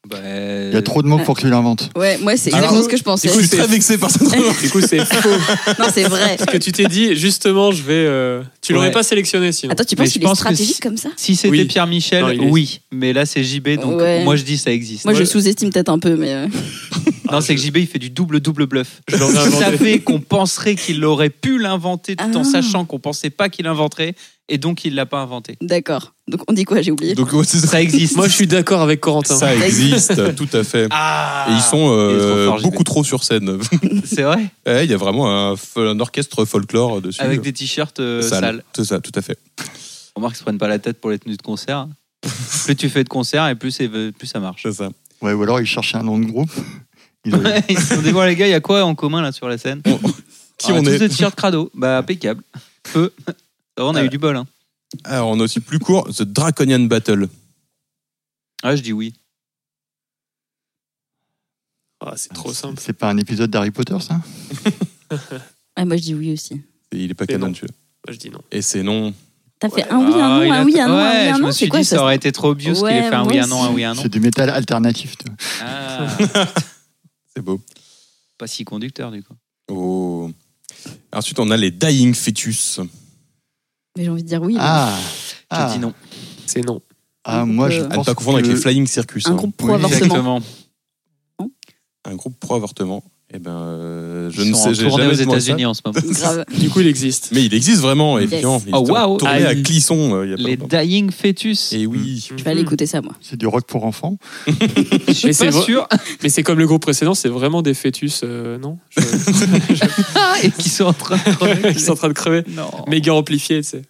A: Bah,
D: Il y a trop de mots pour que tu l'inventes.
H: Ouais, moi c'est
B: Alors,
H: exactement ce que je pensais.
B: Je suis très vexé par cette remarque.
C: Du coup, c'est faux.
H: non, c'est vrai.
C: Parce que tu t'es dit, justement, je vais. euh, Tu l'aurais
A: Ouais.
C: pas sélectionné sinon.
H: Attends, tu
A: Mais
H: penses
A: je
H: qu'il est
A: pense que si-
H: stratégique comme ça
A: Si c'était
C: Oui.
A: Pierre Michel,
C: Non, il est-
A: oui. Mais là c'est JB, donc
H: Ouais.
A: moi je dis ça existe.
H: Moi,
C: Ouais.
H: je sous-estime peut-être un peu, mais euh,
A: non, c'est que JB il fait du double double bluff.
C: Je l'aurais
A: Vous
C: inventé.
A: savez qu'on penserait qu'il aurait pu l'inventer tout en
H: Ah.
A: sachant qu'on pensait pas qu'il l'inventerait et donc il l'a pas inventé.
H: d'accord. Donc on dit quoi J'ai oublié.
B: Donc, ouais, c'est ça.
A: Ça existe.
C: Moi, je suis d'accord avec Corentin.
B: Ça existe, tout à fait.
A: Ah
B: Et ils sont euh,
A: Il est trop fort, JB.
B: beaucoup trop sur scène.
A: C'est vrai
B: Ouais, Il y a vraiment un, fol- un orchestre folklore dessus.
A: Avec des t-shirts euh,
B: Sale.
A: sales.
B: C'est ça, tout à fait.
A: Remarque, ils se prennent pas la tête pour les tenues de concert. plus tu fais de concert et plus, c'est- plus ça marche.
B: C'est ça.
D: Ouais, ou alors, ils cherchaient un nom de groupe. Ils ont-
A: Ouais, ils se sont dit, bon, les gars, il y a quoi en commun là sur la scène
B: Qui
A: Ah,
B: on
A: tous
B: est
A: des t-shirts crado. Bah, impeccable. Feu. Ça va, on a
B: Ah.
A: eu du bol. hein.
B: Alors, on a aussi plus court The Draconian Battle.
A: Ah, je dis oui.
C: Ah, c'est trop
D: C'est-
C: simple.
D: C'est pas un épisode d'Harry Potter, ça
H: Ah, moi, je dis oui aussi.
B: Et Il est pas
C: C'est
B: canon, tu veux.
C: Moi, je dis non.
B: Et c'est non.
H: T'as fait un Ah, oui, un non, un oui, un non, un oui,
A: Ah, Ouais,
H: un
A: je
H: non.
A: me
H: C'est
A: suis
H: quoi
A: dit,
H: ça
A: ça aurait été trop obvious qu'il ait
H: Ouais,
A: fait un
H: moi
A: oui, un non, un
H: aussi.
A: oui, un Ah non.
D: C'est du métal alternatif. toi.
A: Ah,
B: C'est beau.
A: pas si conducteur, du coup.
B: Oh. Ensuite, on a les Dying Fetus.
H: Mais j'ai envie de dire oui.
D: Ah,
A: Je
D: ah.
A: dis non.
C: C'est non.
D: Ah, moi, je
H: Euh,
B: À ne
D: pense
B: pas confondre avec
D: que-
B: les Flying Circus.
H: Un
B: hein.
H: groupe
D: Oui,
H: pro-avortement.
A: Exactement.
B: Un groupe pro-avortement. Eh ben, euh, je
A: Ils
B: ne
A: sont
B: sais
A: en
B: j'ai
A: tournée
B: jamais
A: aux
B: demandé ça.
A: États-Unis en ce moment.
H: Grave.
C: Du coup, il existe.
B: Mais il existe vraiment,
H: Yes.
B: évidemment. Il
A: Oh,
B: était en
A: waouh.
B: tournée
C: Ah
B: à
C: oui.
B: Clisson euh, il y a pas
A: Les
B: longtemps.
A: Dying Fetus.
B: Et oui.
H: Je
A: Mm.
H: vais aller écouter ça, moi.
D: C'est du rock pour enfants.
A: Je suis
C: Mais c'est
A: pas
C: vrai-
A: sûr.
C: Mais c'est comme le groupe précédent, c'est vraiment des fœtus, euh, non Je-
A: Et qui sont en train de crever.
C: Ils sont en train de crever.
A: Non.
C: Méga amplifiés, tu sais.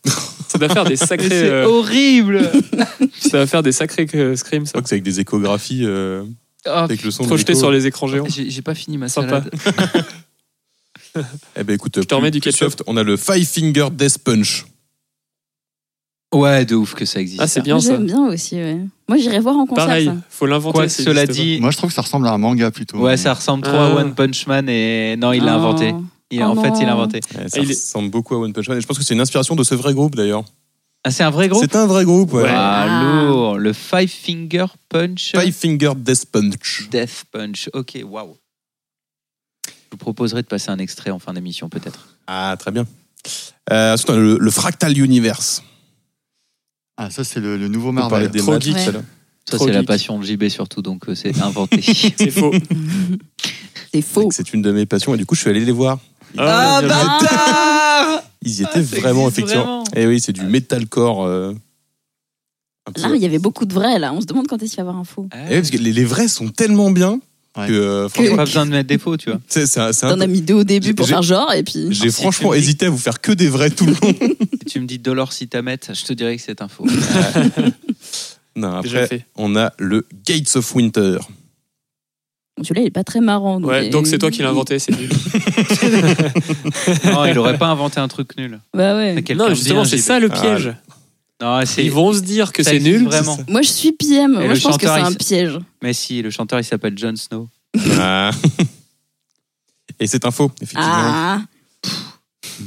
C: Ça doit faire des
A: Mais
C: sacrés,
A: c'est
C: euh,
A: horrible.
C: ça doit faire des sacrés euh, screams,
B: Je crois
C: ça.
B: que c'est avec des échographies, euh,
A: Ah,
B: avec le son. de
C: Projeté
B: l'écho.
C: sur les écrans géants.
A: J'ai j'ai pas fini ma
C: Sympa.
A: salade.
B: Eh ben, écoute,
C: te remets du
B: plus
C: ketchup.
B: soft, on a le Five Finger Death Punch.
A: Ouais, de ouf que ça existe.
C: Ah, c'est bien ça.
H: J'aime bien aussi, ouais. Moi, j'irai voir en concert.
C: Pareil,
H: ça.
C: faut l'inventer.
A: Quoique
C: ça
A: cela
C: existe
A: dit,
D: Moi, je trouve que ça ressemble à un manga plutôt.
A: ouais, ça ressemble trop
C: Ah.
A: à One Punch Man et non, il l'a
H: Ah.
A: inventé. Il,
H: Oh
A: en fait,
H: non.
A: il l'a inventé.
B: Eh, ça
C: Ah, il est-
B: ressemble beaucoup à One Punch Man. Et je pense que c'est une inspiration de ce vrai groupe d'ailleurs.
A: Ah, c'est un vrai groupe.
B: C'est un vrai groupe. ouais.
A: Ah,
H: Ah.
A: lourd. Le Five Finger Punch.
B: Five Finger Death Punch.
A: Death Punch. Ok, waouh. Je vous proposerai de passer un extrait en fin d'émission, peut-être.
B: Ah, très bien. Euh, ensuite, on a le, le Fractal Universe.
D: Ah, ça, c'est le, le nouveau
B: On parlait
D: Marvel.
B: des
C: Trop
B: maths
C: geek,
B: tout à
H: Ouais.
B: l'heure.
A: Ça,
C: Trop
A: c'est la
C: geek.
A: passion de JB surtout, donc euh, c'est inventé.
C: pas. C'est faux.
H: C'est faux.
B: C'est une de mes passions et du coup, je suis allé les voir.
C: Ah, bien joué.
A: bâtard
B: Ils y
A: Ah,
B: étaient
A: ça
B: vraiment,
A: existe
B: effectivement.
A: vraiment. Ah.
B: Et oui, c'est du metalcore. euh, un peu-
H: Là, il y avait beaucoup de vrais, là. On se demande quand est-ce qu'il va y avoir un faux.
A: Ah.
B: Eh oui, parce que les, les vrais sont tellement bien
D: Ouais.
B: que, euh,
A: J'ai
B: franchement,
A: pas besoin de mettre des faux, tu vois.
B: c'est- c'est un- c'est un
H: T'en
A: bah,
B: peu-
H: as mis deux au début pour
B: j'ai-
H: faire genre, et puis.
B: J'ai
A: Ah, si
B: franchement
A: tu me dis-
B: hésité à vous faire que des vrais tout le long.
A: Si tu me dis Dolor si t'as mettre, je te dirais que c'est un faux.
B: non,
C: Déjà
B: après,
C: fait.
B: on a le Gates of Winter.
H: Celui-là, il est pas très marrant.
C: Ouais,
H: il-
C: donc c'est toi qui l'as inventé, c'est nul.
A: non, il aurait pas inventé un truc nul.
H: Bah ouais.
A: Quelqu'un
C: Non,
A: de
C: justement,
A: bien,
C: c'est
A: JB.
C: ça le
B: Ah,
C: piège.
A: Non, c'est
C: Ils vont se dire que
A: ça
C: c'est
A: existe
C: nul.
A: Vraiment.
H: Moi, je suis PM.
A: Et
H: Moi,
A: le
H: je pense que c'est
A: chanteur, il
H: un
A: s-
H: piège.
A: Mais si, le chanteur, il s'appelle Jon Snow.
B: Ah. Et c'est un faux, effectivement.
H: Ah,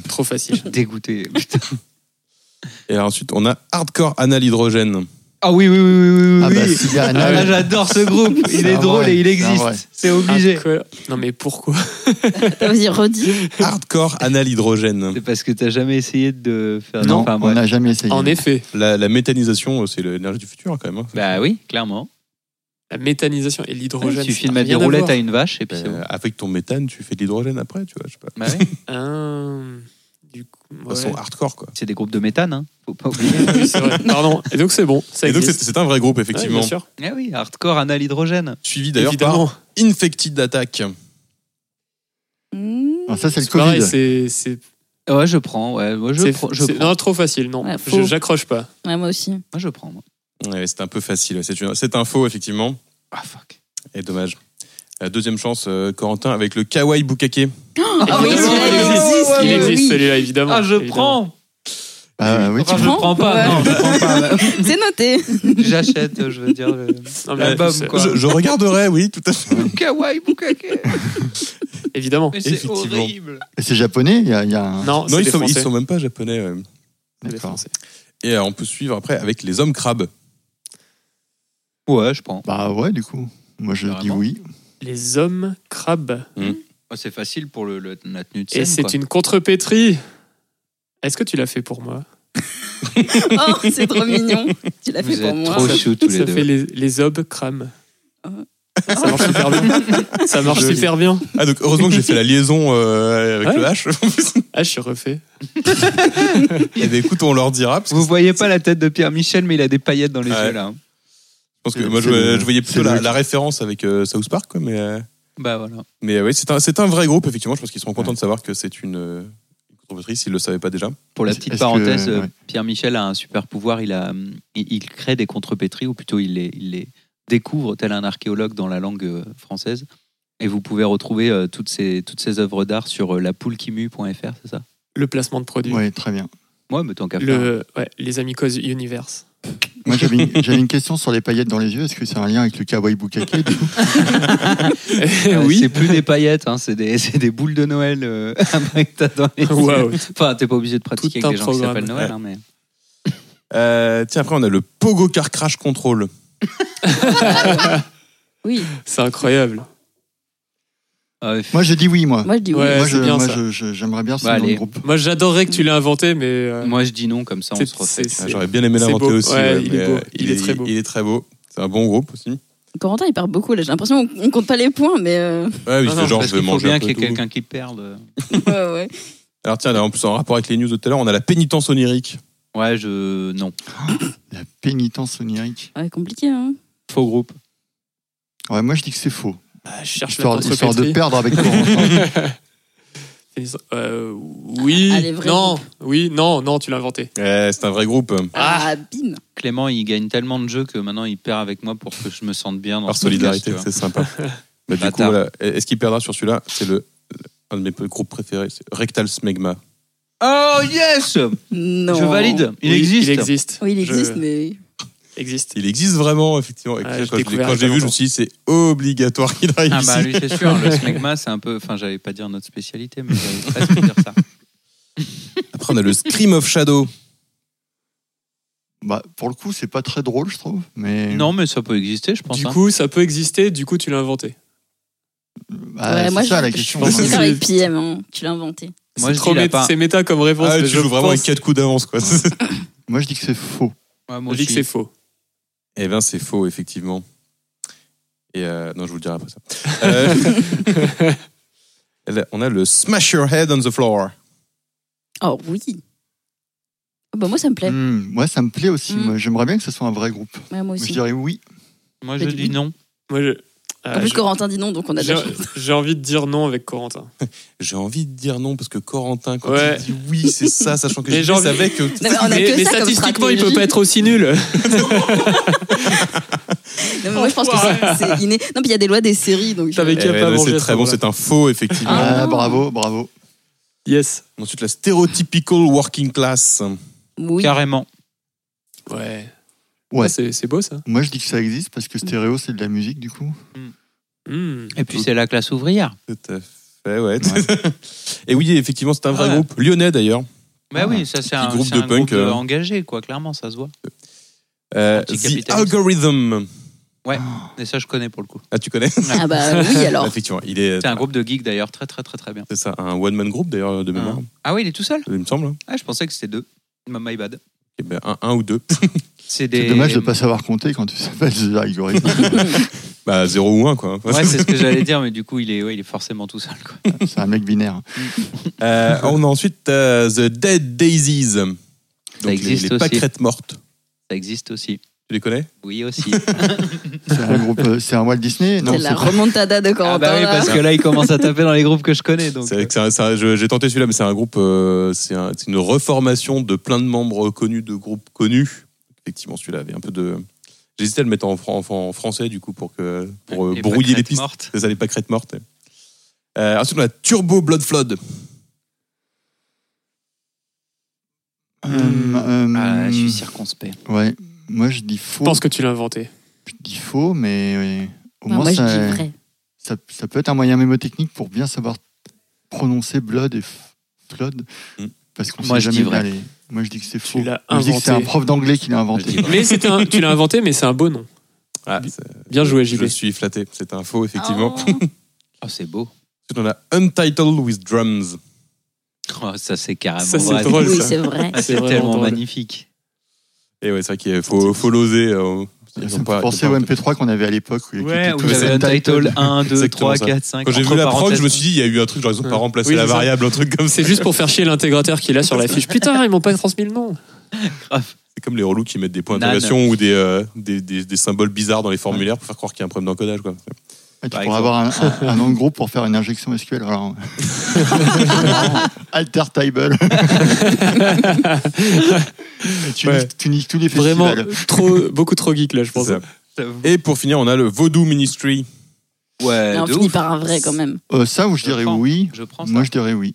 C: Trop facile.
A: Dégoûté.
B: Et ensuite, on a Hardcore Anal Hydrogène.
A: Ah oui, oui, oui, oui, oui.
D: Ah,
A: oui.
D: bah, s'il y a
A: Ah,
D: Anna,
A: J'adore ce groupe. Il
D: C'est
A: est
D: un
A: drôle
D: vrai,
A: et il
D: c'est un vrai.
A: existe. C'est obligé.
C: Hardcore. Non, mais pourquoi
H: Attends, vas-y, redis.
B: Hardcore Anal Hydrogène.
A: C'est parce que t'as jamais essayé de faire.
D: non,
A: enfin,
D: on
A: bref.
D: n'a jamais essayé.
C: En effet,
B: La, la méthanisation, euh, c'est l'énergie du futur quand même. hein.
A: Bah oui, clairement.
C: la méthanisation et l'hydrogène.
A: tu
C: ça
A: filmes
C: n'a
A: des
C: rien
A: roulettes à
C: voir.
A: une vache et puis
B: Euh,
A: c'est bon.
B: avec ton méthane, tu fais de l'hydrogène après, tu vois. Je sais pas.
A: Bah oui.
C: Ah, Du coup,
B: De toute façon,
C: ouais.
B: hardcore quoi.
A: C'est des groupes de méthane, hein. faut pas oublier.
C: Oui, c'est vrai. Pardon. Et donc c'est bon, ça
B: Et donc, c'est
C: existe.
B: c'est un vrai groupe,
C: Ouais,
B: effectivement.
C: bien sûr.
A: ah oui, hardcore anal hydrogène.
B: Suivi d'ailleurs par
C: Évidemment.
B: Infected Attack.
H: Mmh.
D: Alors Ah, ça, c'est le
C: C'est pareil,
D: Covid.
C: c'est c'est
A: Ouais, je prends. Ouais, moi je
C: c'est-
A: prends. Je
C: c'est-
A: prends.
C: non trop facile, non.
H: Ouais, faux.
C: Je- J'accroche pas.
H: Ouais, moi aussi.
A: Moi je prends. moi.
B: Ouais, c'est un peu facile. ouais. C'est une- c'est un faux, effectivement.
A: Ah fuck.
B: Et dommage. La deuxième chance, euh, Corentin, avec le Kawaii Bukake.
H: Ah oui,
C: Évidemment,
H: celui-là, il
C: il
H: existe,
C: existe, il
H: oui,
C: existe
H: oui.
C: celui-là évidemment.
A: Ah je
C: évidemment.
A: prends.
D: Ah, oui, tu
A: Enfin, je
H: prends
A: prends pas.
H: Ouais.
A: Non, je prends pas.
H: C'est noté.
A: J'achète, je veux dire.
C: Non, mais en
A: L'album,
C: plus, euh,
A: quoi.
B: Je, je regarderai, oui, tout à fait.
A: Kawaii Bukake.
C: Évidemment.
A: Mais
B: c'est
A: c'est
B: Effectivement.
A: horrible.
D: C'est japonais Il y a, il y a un...
C: Non,
B: Non,
C: c'est
B: ils
C: des
B: sont, ils
C: Français.
B: sont même pas japonais. ouais.
C: C'est des
D: D'accord.
C: Français.
B: Et euh, on peut suivre après avec les hommes crabes.
A: Ouais, je prends.
D: Bah ouais, du coup. Moi, je dis
A: Vraiment
D: oui.
C: Les hommes crabes.
A: Oh, c'est facile pour le, le- la tenue de scène.
C: Et
A: quoi.
C: c'est une contrepétrie. Est-ce que tu l'as fait pour moi
H: Oh, c'est trop mignon. Tu l'as fait
A: Vous
H: pour
A: êtes
H: moi.
A: trop choux tous les
C: Ça fait
A: deux.
C: les, les hommes crabes.
H: Oh.
C: Ça marche super bien. Ça marche
B: Joli.
C: super bien.
B: Ah, donc heureusement que j'ai fait la liaison euh, avec
C: Ouais.
B: le H.
C: Ah, je suis refait.
B: Et bien, ben, écoute, on leur dira. Parce que,
A: Vous voyez pas la tête de Pierre Michel, mais il a des paillettes dans les
B: Ouais.
A: yeux là. hein.
B: je pense que
D: C'est-
B: moi, je,
D: c'est le-
B: je voyais plutôt
D: c'est
B: la,
D: le-
B: la référence avec euh, South Park. quoi, mais euh,
A: Bah voilà.
B: mais euh, oui, c'est un, c'est un vrai groupe, effectivement. Je pense qu'ils seront contents de savoir que c'est une, euh, une contrepétrie s'ils ne le savaient pas déjà.
A: Pour la
D: Est-ce-
A: petite
D: est-ce que-
A: parenthèse,
D: ouais.
A: euh, Pierre Michel a un super pouvoir. Il a, hum, il, il crée des contrepétries, ou plutôt il les, il les découvre tel un archéologue dans la langue euh, française. Et vous pouvez retrouver euh, toutes ces toutes ces œuvres d'art sur euh, lapoulquimue.fr, c'est ça
C: Le placement de produits.
D: Ouais, très bien.
A: Moi, me tant qu'à faire.
C: Le, ouais, les Amicos Universe.
D: Moi, j'avais une, j'avais une question sur les paillettes dans les yeux. Est-ce que c'est un lien avec le kawaii bukake du coup
C: Eh
A: Euh,
C: oui.
A: C'est plus des paillettes, hein, c'est des, c'est des boules de Noël euh, après que t'as dans les yeux.
C: Waouh.
A: Enfin, t'es pas obligé de pratiquer
C: Tout
A: avec des
C: un
A: gens qui
C: programme.
A: s'appellent Noël, hein, mais
B: Euh, tiens, après, on a le Pogo Car Crash Control.
H: Oui,
C: C'est incroyable.
A: Ah, ouais, f-
D: Moi, je dis oui, moi.
H: moi je dis
C: Ouais.
H: oui.
D: moi,
C: c'est
D: je-
C: bien,
D: moi,
C: ça.
D: je- je- j'aimerais bien ce
A: Bah,
D: nom de
A: allez.
D: groupe.
C: Moi, j'adorerais que tu l'aies inventé, mais. euh,
A: moi je dis non, comme ça on
C: c'est-
A: se refait.
C: c'est- c'est-
B: Ah, J'aurais bien aimé
C: C'est
B: l'inventer
C: beau.
B: aussi.
C: Ouais, il est
B: mais,
C: beau.
B: euh,
C: Il est très beau.
B: Il est très beau. C'est un bon groupe aussi.
H: Corentin, il part beaucoup là. J'ai l'impression qu'on compte pas les points, mais. euh,
B: Ouais, oui,
A: Non,
B: c'est
A: non,
B: genre,
A: parce
B: je vais
A: qu'il faut
B: manger
A: bien
B: un peu
A: qu'il y ait
B: tout.
A: quelqu'un qui perde. euh.
H: ouais, ouais.
B: Alors tiens, là, en plus, en rapport avec les news de tout à l'heure, on a la pénitence onirique.
A: Ouais, je. Non.
D: La pénitence onirique.
H: Ouais, compliqué, hein.
A: Faux groupe.
D: Ouais, moi, je dis que c'est faux.
C: Ah, je cherche le
D: Histoire,
C: contre
D: histoire de perdre avec Corentin.
C: Euh, oui.
H: Allez, vrai
C: non. Oui, non, non, tu l'as inventé.
B: Ouais, c'est un vrai groupe.
H: Ah, bim
A: Clément, il gagne tellement de jeux que maintenant il perd avec moi pour que je me sente bien dans
B: Par
A: ce
B: solidarité,
A: podcast,
B: c'est sympa. Bah, du coup,
A: Bâtard.
B: voilà. est-ce qu'il perdra sur celui-là C'est le un de mes groupes préférés, c'est Rectal Smegma.
A: tu vois. Oh yes
H: Non.
A: Je valide. Il
C: Oui,
A: existe.
C: Il existe.
H: Oui, il
C: Je-
H: existe, mais.
C: Existe.
B: Il existe vraiment, effectivement. Et
C: Ouais,
B: quand
C: j'ai
B: je l'ai-
C: découvert
B: quand
C: il y
B: je l'ai
C: a
B: vu, je me
C: longtemps.
B: suis dit, c'est obligatoire qu'il arrive
A: Ah
B: ici.
A: bah lui c'est sûr, le smegma c'est un peu. Enfin, j'allais pas dire notre spécialité, mais j'allais presque dire ça.
B: Après, on a le Scream of Shadow.
D: bah, pour le coup, c'est pas très drôle, je trouve. Mais...
A: Non, mais ça peut exister, je pense.
C: Du
A: hein.
C: coup, ça peut exister, du coup, tu l'as inventé.
D: Ah,
H: Ouais,
D: c'est
H: moi,
D: ça,
H: je-
D: la
H: je
D: question.
C: pense
H: C'est
C: que
H: ça
C: c'est-
H: avec PM, hein. tu l'as inventé.
A: Moi,
C: C'est
A: je
C: trop
A: dis
C: mé-
A: lapin.
C: c'est méta comme réponse.
B: Ah,
C: mais
B: tu
C: je
B: joues vraiment
C: pense-
B: avec 4 coups d'avance, quoi.
D: Moi, je dis que c'est faux.
A: Ouais, moi
C: Je dis que
A: aussi.
C: c'est faux.
B: eh ben, c'est faux, effectivement. Et euh, non, je vous le dirai après ça. Euh, là, on a le Smash Your Head on the Floor.
H: Oh oui. Ah Bah moi ça me plaît.
D: Hmm, moi, ça me plaît aussi.
H: Hmm.
D: Moi, J'aimerais bien que ce soit un vrai groupe.
H: Ouais, moi
D: Je
H: aussi.
D: dirais oui.
A: Moi, je
H: Mais du
A: dis
H: coup-
A: non.
C: Moi, je-
H: en
C: Ah,
H: plus
C: je-
H: Corentin dit non donc on a de la
C: j'ai-
H: chance.
C: J'ai envie de dire non avec Corentin.
B: J'ai envie de dire non parce que Corentin, quand
C: Ouais.
B: il dit oui, c'est ça, sachant que
C: Mais
B: je
C: j'ai envie-
B: savais que.
H: Non, mais on a
C: mais
H: que
C: mais
H: ça comme
C: statistiquement, il peut
H: stratégie.
C: pas être aussi nul.
H: Non, mais moi je pense que c'est c'est inné. Non puis il y a des lois des séries donc.
C: T'avais
B: Eh
C: qui a
B: ouais,
C: pas
B: non,
C: mangé
B: c'est
C: à
B: très
C: ce
B: bon,
C: moment-là.
B: c'est un faux, effectivement.
H: Ah,
D: Ah,
H: non.
D: bravo, bravo.
C: Yes.
B: Ensuite, la Stereotypical Working Class.
H: Oui.
A: Carrément.
C: Ouais.
D: Ouais.
C: Ah, c'est c'est beau ça.
D: Moi, je dis que ça existe parce que stéréo, c'est de la musique, du coup.
C: Hmm.
A: Et puis, c'est la classe ouvrière.
B: Tout à fait, ouais. Et oui, effectivement, c'est un vrai
A: Ah Ouais.
B: groupe. Lyonnais, d'ailleurs.
A: Bah oui, ça, c'est un
B: groupe
A: c'est
B: de
A: un
B: punk,
A: groupe, euh,
B: euh.
A: engagé, quoi, clairement, ça se voit.
B: Euh,
A: Anticapitaliste.
B: The Algorithm.
A: Et ça, je connais pour le coup.
B: Ah, tu connais
H: Ah bah oui alors.
B: Effectivement, il est.
A: C'est un groupe de geeks d'ailleurs, très très très très bien.
B: C'est ça, un one-man group, d'ailleurs, de mémoire,
A: Ah oui, il est tout seul
B: il me semble. hein.
A: Ah, je pensais que c'était deux. My- My bad.
B: Eh ben, un, un ou deux.
A: C'est des...
D: C'est dommage de pas savoir compter quand tu s'appelles The Algorithm.
B: bah, zéro ou un, quoi.
A: Ouais, c'est ce que j'allais dire, mais du coup, il est, ouais, il est forcément tout seul. Quoi.
D: c'est un mec binaire.
B: Euh, on a ensuite euh, The Dead Daisies. Donc, les-
A: existe
B: les,
A: aussi.
B: pâquerettes mortes.
A: Ça existe aussi.
B: Tu les connais
A: Oui, aussi.
D: C'est un groupe. euh, C'est un Walt Disney Non,
H: C'est
D: c'est
H: la
D: quoi
H: remontada de Corentin.
A: ah bah oui,
H: là.
A: parce que là, il commence à taper dans les groupes que je connais. Donc, euh,
B: C'est vrai que c'est un- c'est un- je- J'ai tenté celui-là, mais c'est un groupe, euh, c'est un- c'est une reformation de plein de membres connus de groupes connus. Effectivement, celui-là avait un peu de. J'hésitais à le mettre en, fran- en- en français du coup pour que pour euh,
A: Et
B: brouiller les
A: Pâquerettes
B: pistes.
A: mortes.
B: C'est ça, les pâquerettes mortes. Euh, ensuite, on a Turbo Blood Flood.
D: Hum, hum,
A: Ah,
C: Hmm.
A: je suis circonspect.
D: Ouais. Moi, je dis
C: Je
D: faux.
C: pense que tu l'as inventé.
D: Je dis faux, mais ouais, au
H: Bah,
D: moins,
H: moi je
D: ça,
H: dis vrai.
D: ça, ça peut être un moyen mémotechnique pour bien savoir prononcer blood et f- flood.
B: Hmm.
D: Parce qu'on
A: Moi,
D: sait
A: je dis
D: jamais
A: vrai.
D: bien les- Moi, je dis que c'est faux.
C: l'as
D: Moi, je dis que c'est un
C: inventé.
D: prof d'anglais qui l'a inventé.
C: Mais c'était un- tu l'as inventé, mais c'est un beau nom.
B: Ah, c'est-
C: Bien joué, JB.
B: Je suis flatté. C'est un faux, effectivement.
H: Oh.
A: Oh, c'est beau.
B: Ensuite, on a Untitled with Drums.
A: Oh, ça, c'est carrément
C: Ça, c'est
A: vrai.
C: drôle.
H: oui
C: ça.
H: c'est vrai.
A: Ah,
C: C'est
A: c'est
C: vraiment
A: tellement
C: drôle.
A: magnifique.
B: Et ouais, c'est vrai qu'il faut, faut l'oser. euh, ils
D: Ça
B: ont
D: me
B: pas-
D: fait penser
B: ils ont
D: au
B: pas-
D: MP3 qu'on avait à l'époque. où il y avait
A: Ouais,
D: tout-
A: où
D: tout
A: j'avais
D: ça.
A: un title 1, 2,
B: Exactement
A: 3,
B: ça.
A: 4, 5.
B: Quand j'ai vu la prog, je me suis dit, il y a eu un truc, genre, ils ont pas
C: Ouais.
B: remplacé
C: Oui,
B: la
C: c'est ça.
B: variable, un truc comme ça.
C: C'est juste pour faire chier l'intégrateur qui est là sur la fiche. Putain, ils m'ont pas transmis le nom.
A: Ah,
B: C'est comme les relous qui mettent des points
A: Nan.
B: d'interrogation ou des, euh, des, des- des symboles bizarres dans les formulaires pour faire croire qu'il y a un problème d'encodage. Quoi.
D: Ah, tu
A: Par
D: pourrais avoir un, un, un nom de groupe pour faire une injection SQL. Alors... hein. Alter Table. tu,
C: Ouais.
D: niques, tu niques tous les festivals.
C: Vraiment trop, beaucoup trop geek là, je pense.
B: C'est ça. Et pour finir, on a le Voodoo Ministry.
A: Ouais,
H: Mais on
A: de
H: finit
A: ouf.
H: par un vrai quand même.
D: Euh, ça, où je
A: Je
D: dirais
A: prends.
D: oui.
A: Je prends ça.
D: Moi, je dirais oui.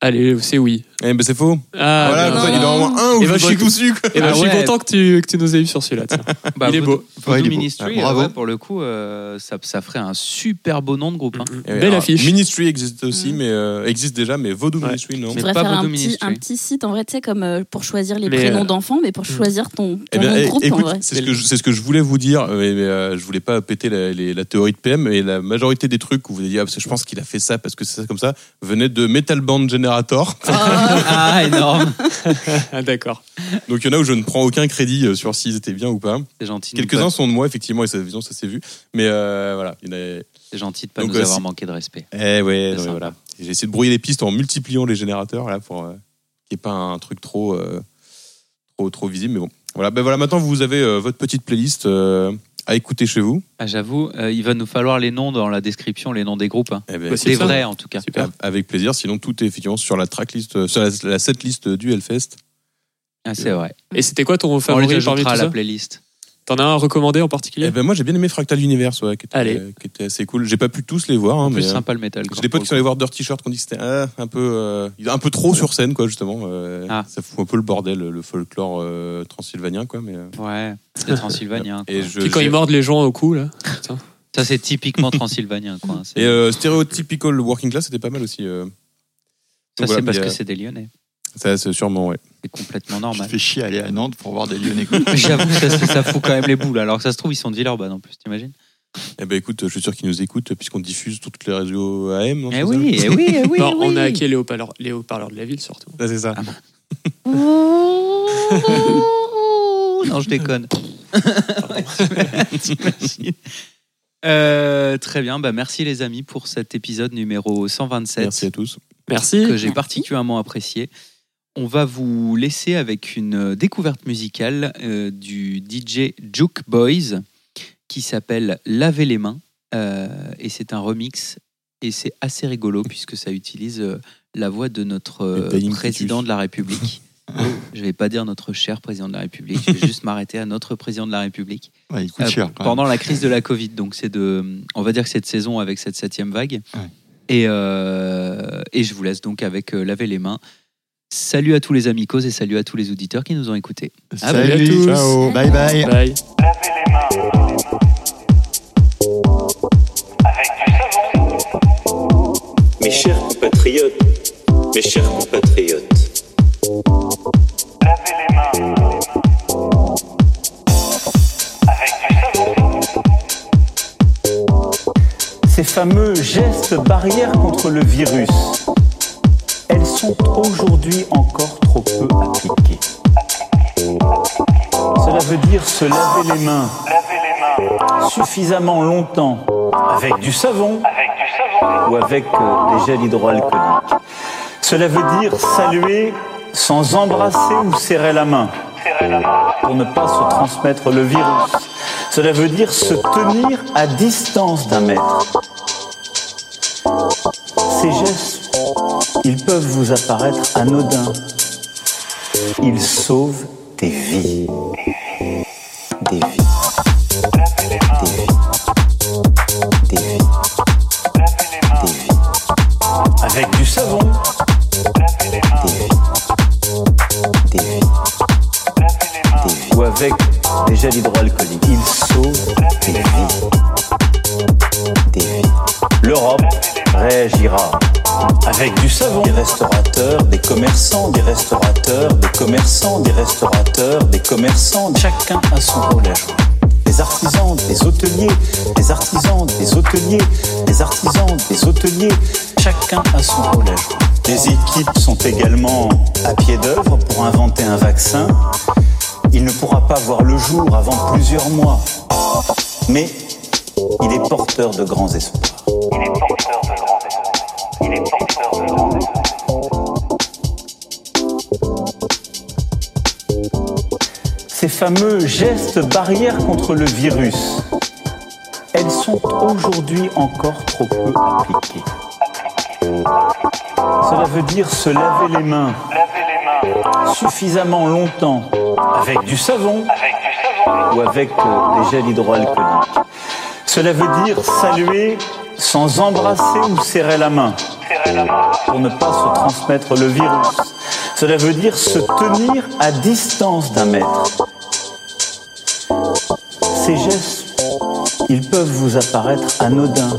C: Allez, c'est oui.
B: Eh ben c'est faux.
C: Ah,
B: voilà,
C: merde.
B: comme ça, il y en a au moins un où
C: Eh
B: je
C: ben, je
B: suis
C: suis
B: cousu, quoi.
C: Eh ben,
A: Ah
C: je suis
A: ouais.
C: content que tu, que tu nous aies eu sur celui-là. tiens.
A: Bah,
C: Il est
A: Voodoo-
C: beau.
A: Voodoo
D: Ouais, il est beau.
A: Ministry,
D: Ah,
A: euh,
D: bravo.
A: ouais, pour le coup, euh, ça, ça ferait un super beau nom de groupe. hein.
B: Eh oui,
C: Belle
B: alors,
C: affiche.
B: Ministry existe aussi, mais euh, existe déjà, mais Vodou
C: Ouais.
B: Ministry non.
A: Mais
H: faudrait
A: pas
H: faire un
A: Voodoo
H: petit,
A: Ministry.
H: un petit site en vrai, tu sais, comme euh, pour choisir les
C: Mais, euh,
H: prénoms d'enfants, mais pour choisir ton, ton
B: Eh bien,
H: nom de
B: eh,
H: groupe en
B: écoute,
H: vrai.
B: c'est ce, que je- c'est ce que je voulais vous dire, euh, mais, euh, je voulais pas péter la, les- la théorie de PM, mais la majorité des trucs où vous avez dit, ah, parce que je pense qu'il a fait ça parce que c'est ça comme ça, venait de Metal Band Generator.
A: Ah, énorme
C: Ah, D'accord.
B: Donc il y en a où je ne prends aucun crédit euh, sur s'ils étaient bien ou pas.
A: C'est gentil. de
B: Quelques-uns
A: pas-
B: sont de moi, effectivement, et ça, disons, ça s'est vu. Mais euh, voilà, il y en a-
A: C'est gentil de pas
B: Donc,
A: nous
B: euh,
A: avoir
B: si-
A: manqué de respect.
B: Eh ouais,
A: C'est
B: ouais,
A: sympa.
B: voilà. J'ai essayé de brouiller les pistes en multipliant les générateurs là pour euh, qu'il n'y ait pas un truc trop, euh, trop trop visible. Mais bon, voilà. Ben voilà. Maintenant, vous avez euh, votre petite playlist euh, à écouter chez vous.
A: Ah, J'avoue, euh, il va nous falloir les noms dans la description, les noms des groupes. hein.
B: Eh ben,
C: Bah,
A: Les
C: C'est ça.
A: vrais, en tout cas.
C: Super.
B: Avec plaisir. Sinon, tout est effectivement sur la tracklist, euh, sur la, la setlist du Hellfest.
A: Ah, c'est vrai.
C: Et c'était quoi ton
A: On les
C: favori parmi tout
A: ajoutera à la
C: ça
A: playlist.
C: T'en as un recommandé en particulier
B: Eh ben, moi, j'ai bien aimé Fractal Universe, ouais, qui, était,
C: Allez.
B: euh, qui était assez cool. J'ai pas pu tous les voir, hein,
A: Plus
B: mais euh,
A: sympa le métal.
B: j'ai des potes qui sont allés voir Dirty Shirt, qu'on dit que c'était euh, un peu, euh, un peu trop sur scène, quoi, justement. euh,
A: Ah.
B: Ça fout un peu le bordel, le folklore euh, transylvanien, quoi. Mais euh,
A: Ouais, c'est transylvanien. quoi.
B: et je-
C: Puis quand
B: ben, j'ai-
C: ils mordent les gens au cou, là. Putain.
A: Ça, c'est typiquement transylvanien. Quoi. hein. C'est-
B: Et euh, Stereotypical Working Class, c'était pas mal aussi. euh.
A: ça,
B: voilà,
A: c'est parce
B: mais,
A: que
B: euh,
A: c'est des Lyonnais.
B: Ça, c'est sûrement, ouais.
A: C'est complètement
D: Je
A: normal.
D: fais chier à aller à Nantes pour voir des Lyonnais. quoi.
A: J'avoue, ça, c'est- ça fout quand même les boules. Alors que ça se trouve, ils sont de Villeurbanne en plus, t'imagines
B: Eh ben écoute, je suis sûr qu'ils nous écoutent, puisqu'on diffuse toutes les réseaux AM. non,
A: Eh
B: c'est
A: oui,
B: ça
A: eh oui, eh oui.
C: Non, on
A: oui.
C: a hacké les haut-parleurs les haut-parleurs de la ville, surtout.
B: Ah, c'est ça.
A: non, je déconne. T'imagines Euh, très bien, bah merci les amis pour cet épisode numéro 127
B: Merci à tous.
C: Merci.
A: que j'ai
H: Merci.
A: particulièrement apprécié. On va vous laisser avec une euh, découverte musicale euh, du DJ Juke Boys qui s'appelle Laver les mains Euh, et c'est un remix et c'est assez rigolo puisque ça utilise euh, la voix de notre euh,
B: Le Dying
A: président
B: Titus.
A: de la République. Je vais pas dire notre cher président de la République, je vais juste m'arrêter à notre président de la République.
D: Ouais, il coûte
A: Euh,
D: cher. quand même.
A: pendant la crise de la Covid. Donc c'est de, on va dire que cette saison avec cette septième vague.
D: Ouais.
A: Et, euh, et je vous laisse donc avec euh, laver les mains. Salut à tous les amicos et salut à tous les auditeurs qui nous ont écoutés. Ah,
C: salut à
D: Salut,
C: tous.
D: ciao, bye bye.
C: Bye.
J: Mes chers compatriotes, mes chers compatriotes.
F: Ces fameux gestes barrières contre le virus, elles sont aujourd'hui encore trop peu appliquées. Cela veut dire se laver les mains suffisamment longtemps avec du savon ou avec euh, des gels hydroalcooliques. Cela veut dire saluer sans embrasser ou serrer la main pour ne pas se transmettre le virus. Cela veut dire se tenir à distance d'un mètre. Ces gestes, ils peuvent vous apparaître anodins. Ils sauvent des vies. Des vies. Des vies. Des vies. Des vies. Avec du savon. Des vies. Des vies. Des vies. Ou avec des gels hydroalcooliques. Ils sauvent des vies. Des vies. L'Europe réagira. Avec du savon. Des restaurateurs, des commerçants, des restaurateurs, des commerçants, des restaurateurs, des commerçants. Chacun a son rôle à jouer. Des artisans, des hôteliers, des artisans, des hôteliers, des artisans, des hôteliers. Chacun a son rôle à jouer. Les équipes sont également à pied d'œuvre pour inventer un vaccin. Il ne pourra pas voir le jour avant plusieurs mois. Mais il est porteur de grands espoirs. Ces fameux gestes barrières contre le virus, elles sont aujourd'hui encore trop peu appliquées. Cela veut dire se laver les mains suffisamment longtemps avec du savon ou avec euh, des gels hydroalcooliques. Cela veut dire saluer sans embrasser ou serrer la main pour ne pas se transmettre le virus. Cela veut dire se tenir à distance d'un mètre. Ces gestes, ils peuvent vous apparaître anodins.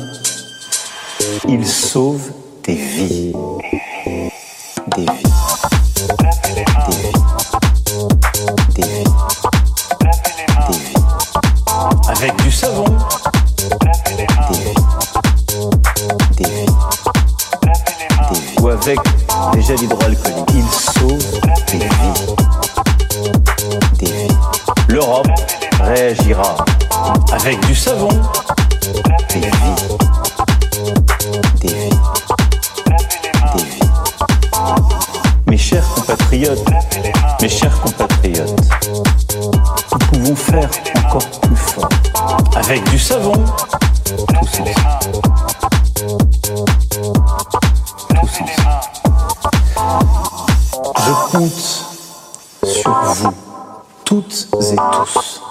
F: Ils sauvent des vies. Des vies. Des vies. Des vies. Des vies. Avec du savon. Des vies. Des vies. Des vies. Ou avec des gels hydroalcooliques. Ils sauvent des vies. Des vies. L'Europe réagira. Avec du savon. Des vies. Des vies. Des vies. Mes chers compatriotes, mes chers compatriotes, nous pouvons faire encore plus fort. Avec du savon, tous ensemble. Tous ensemble. Je compte sur vous, toutes et tous,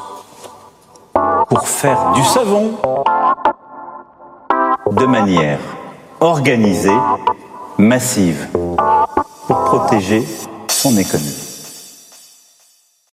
F: pour faire du savon de manière organisée, massive, pour protéger son économie.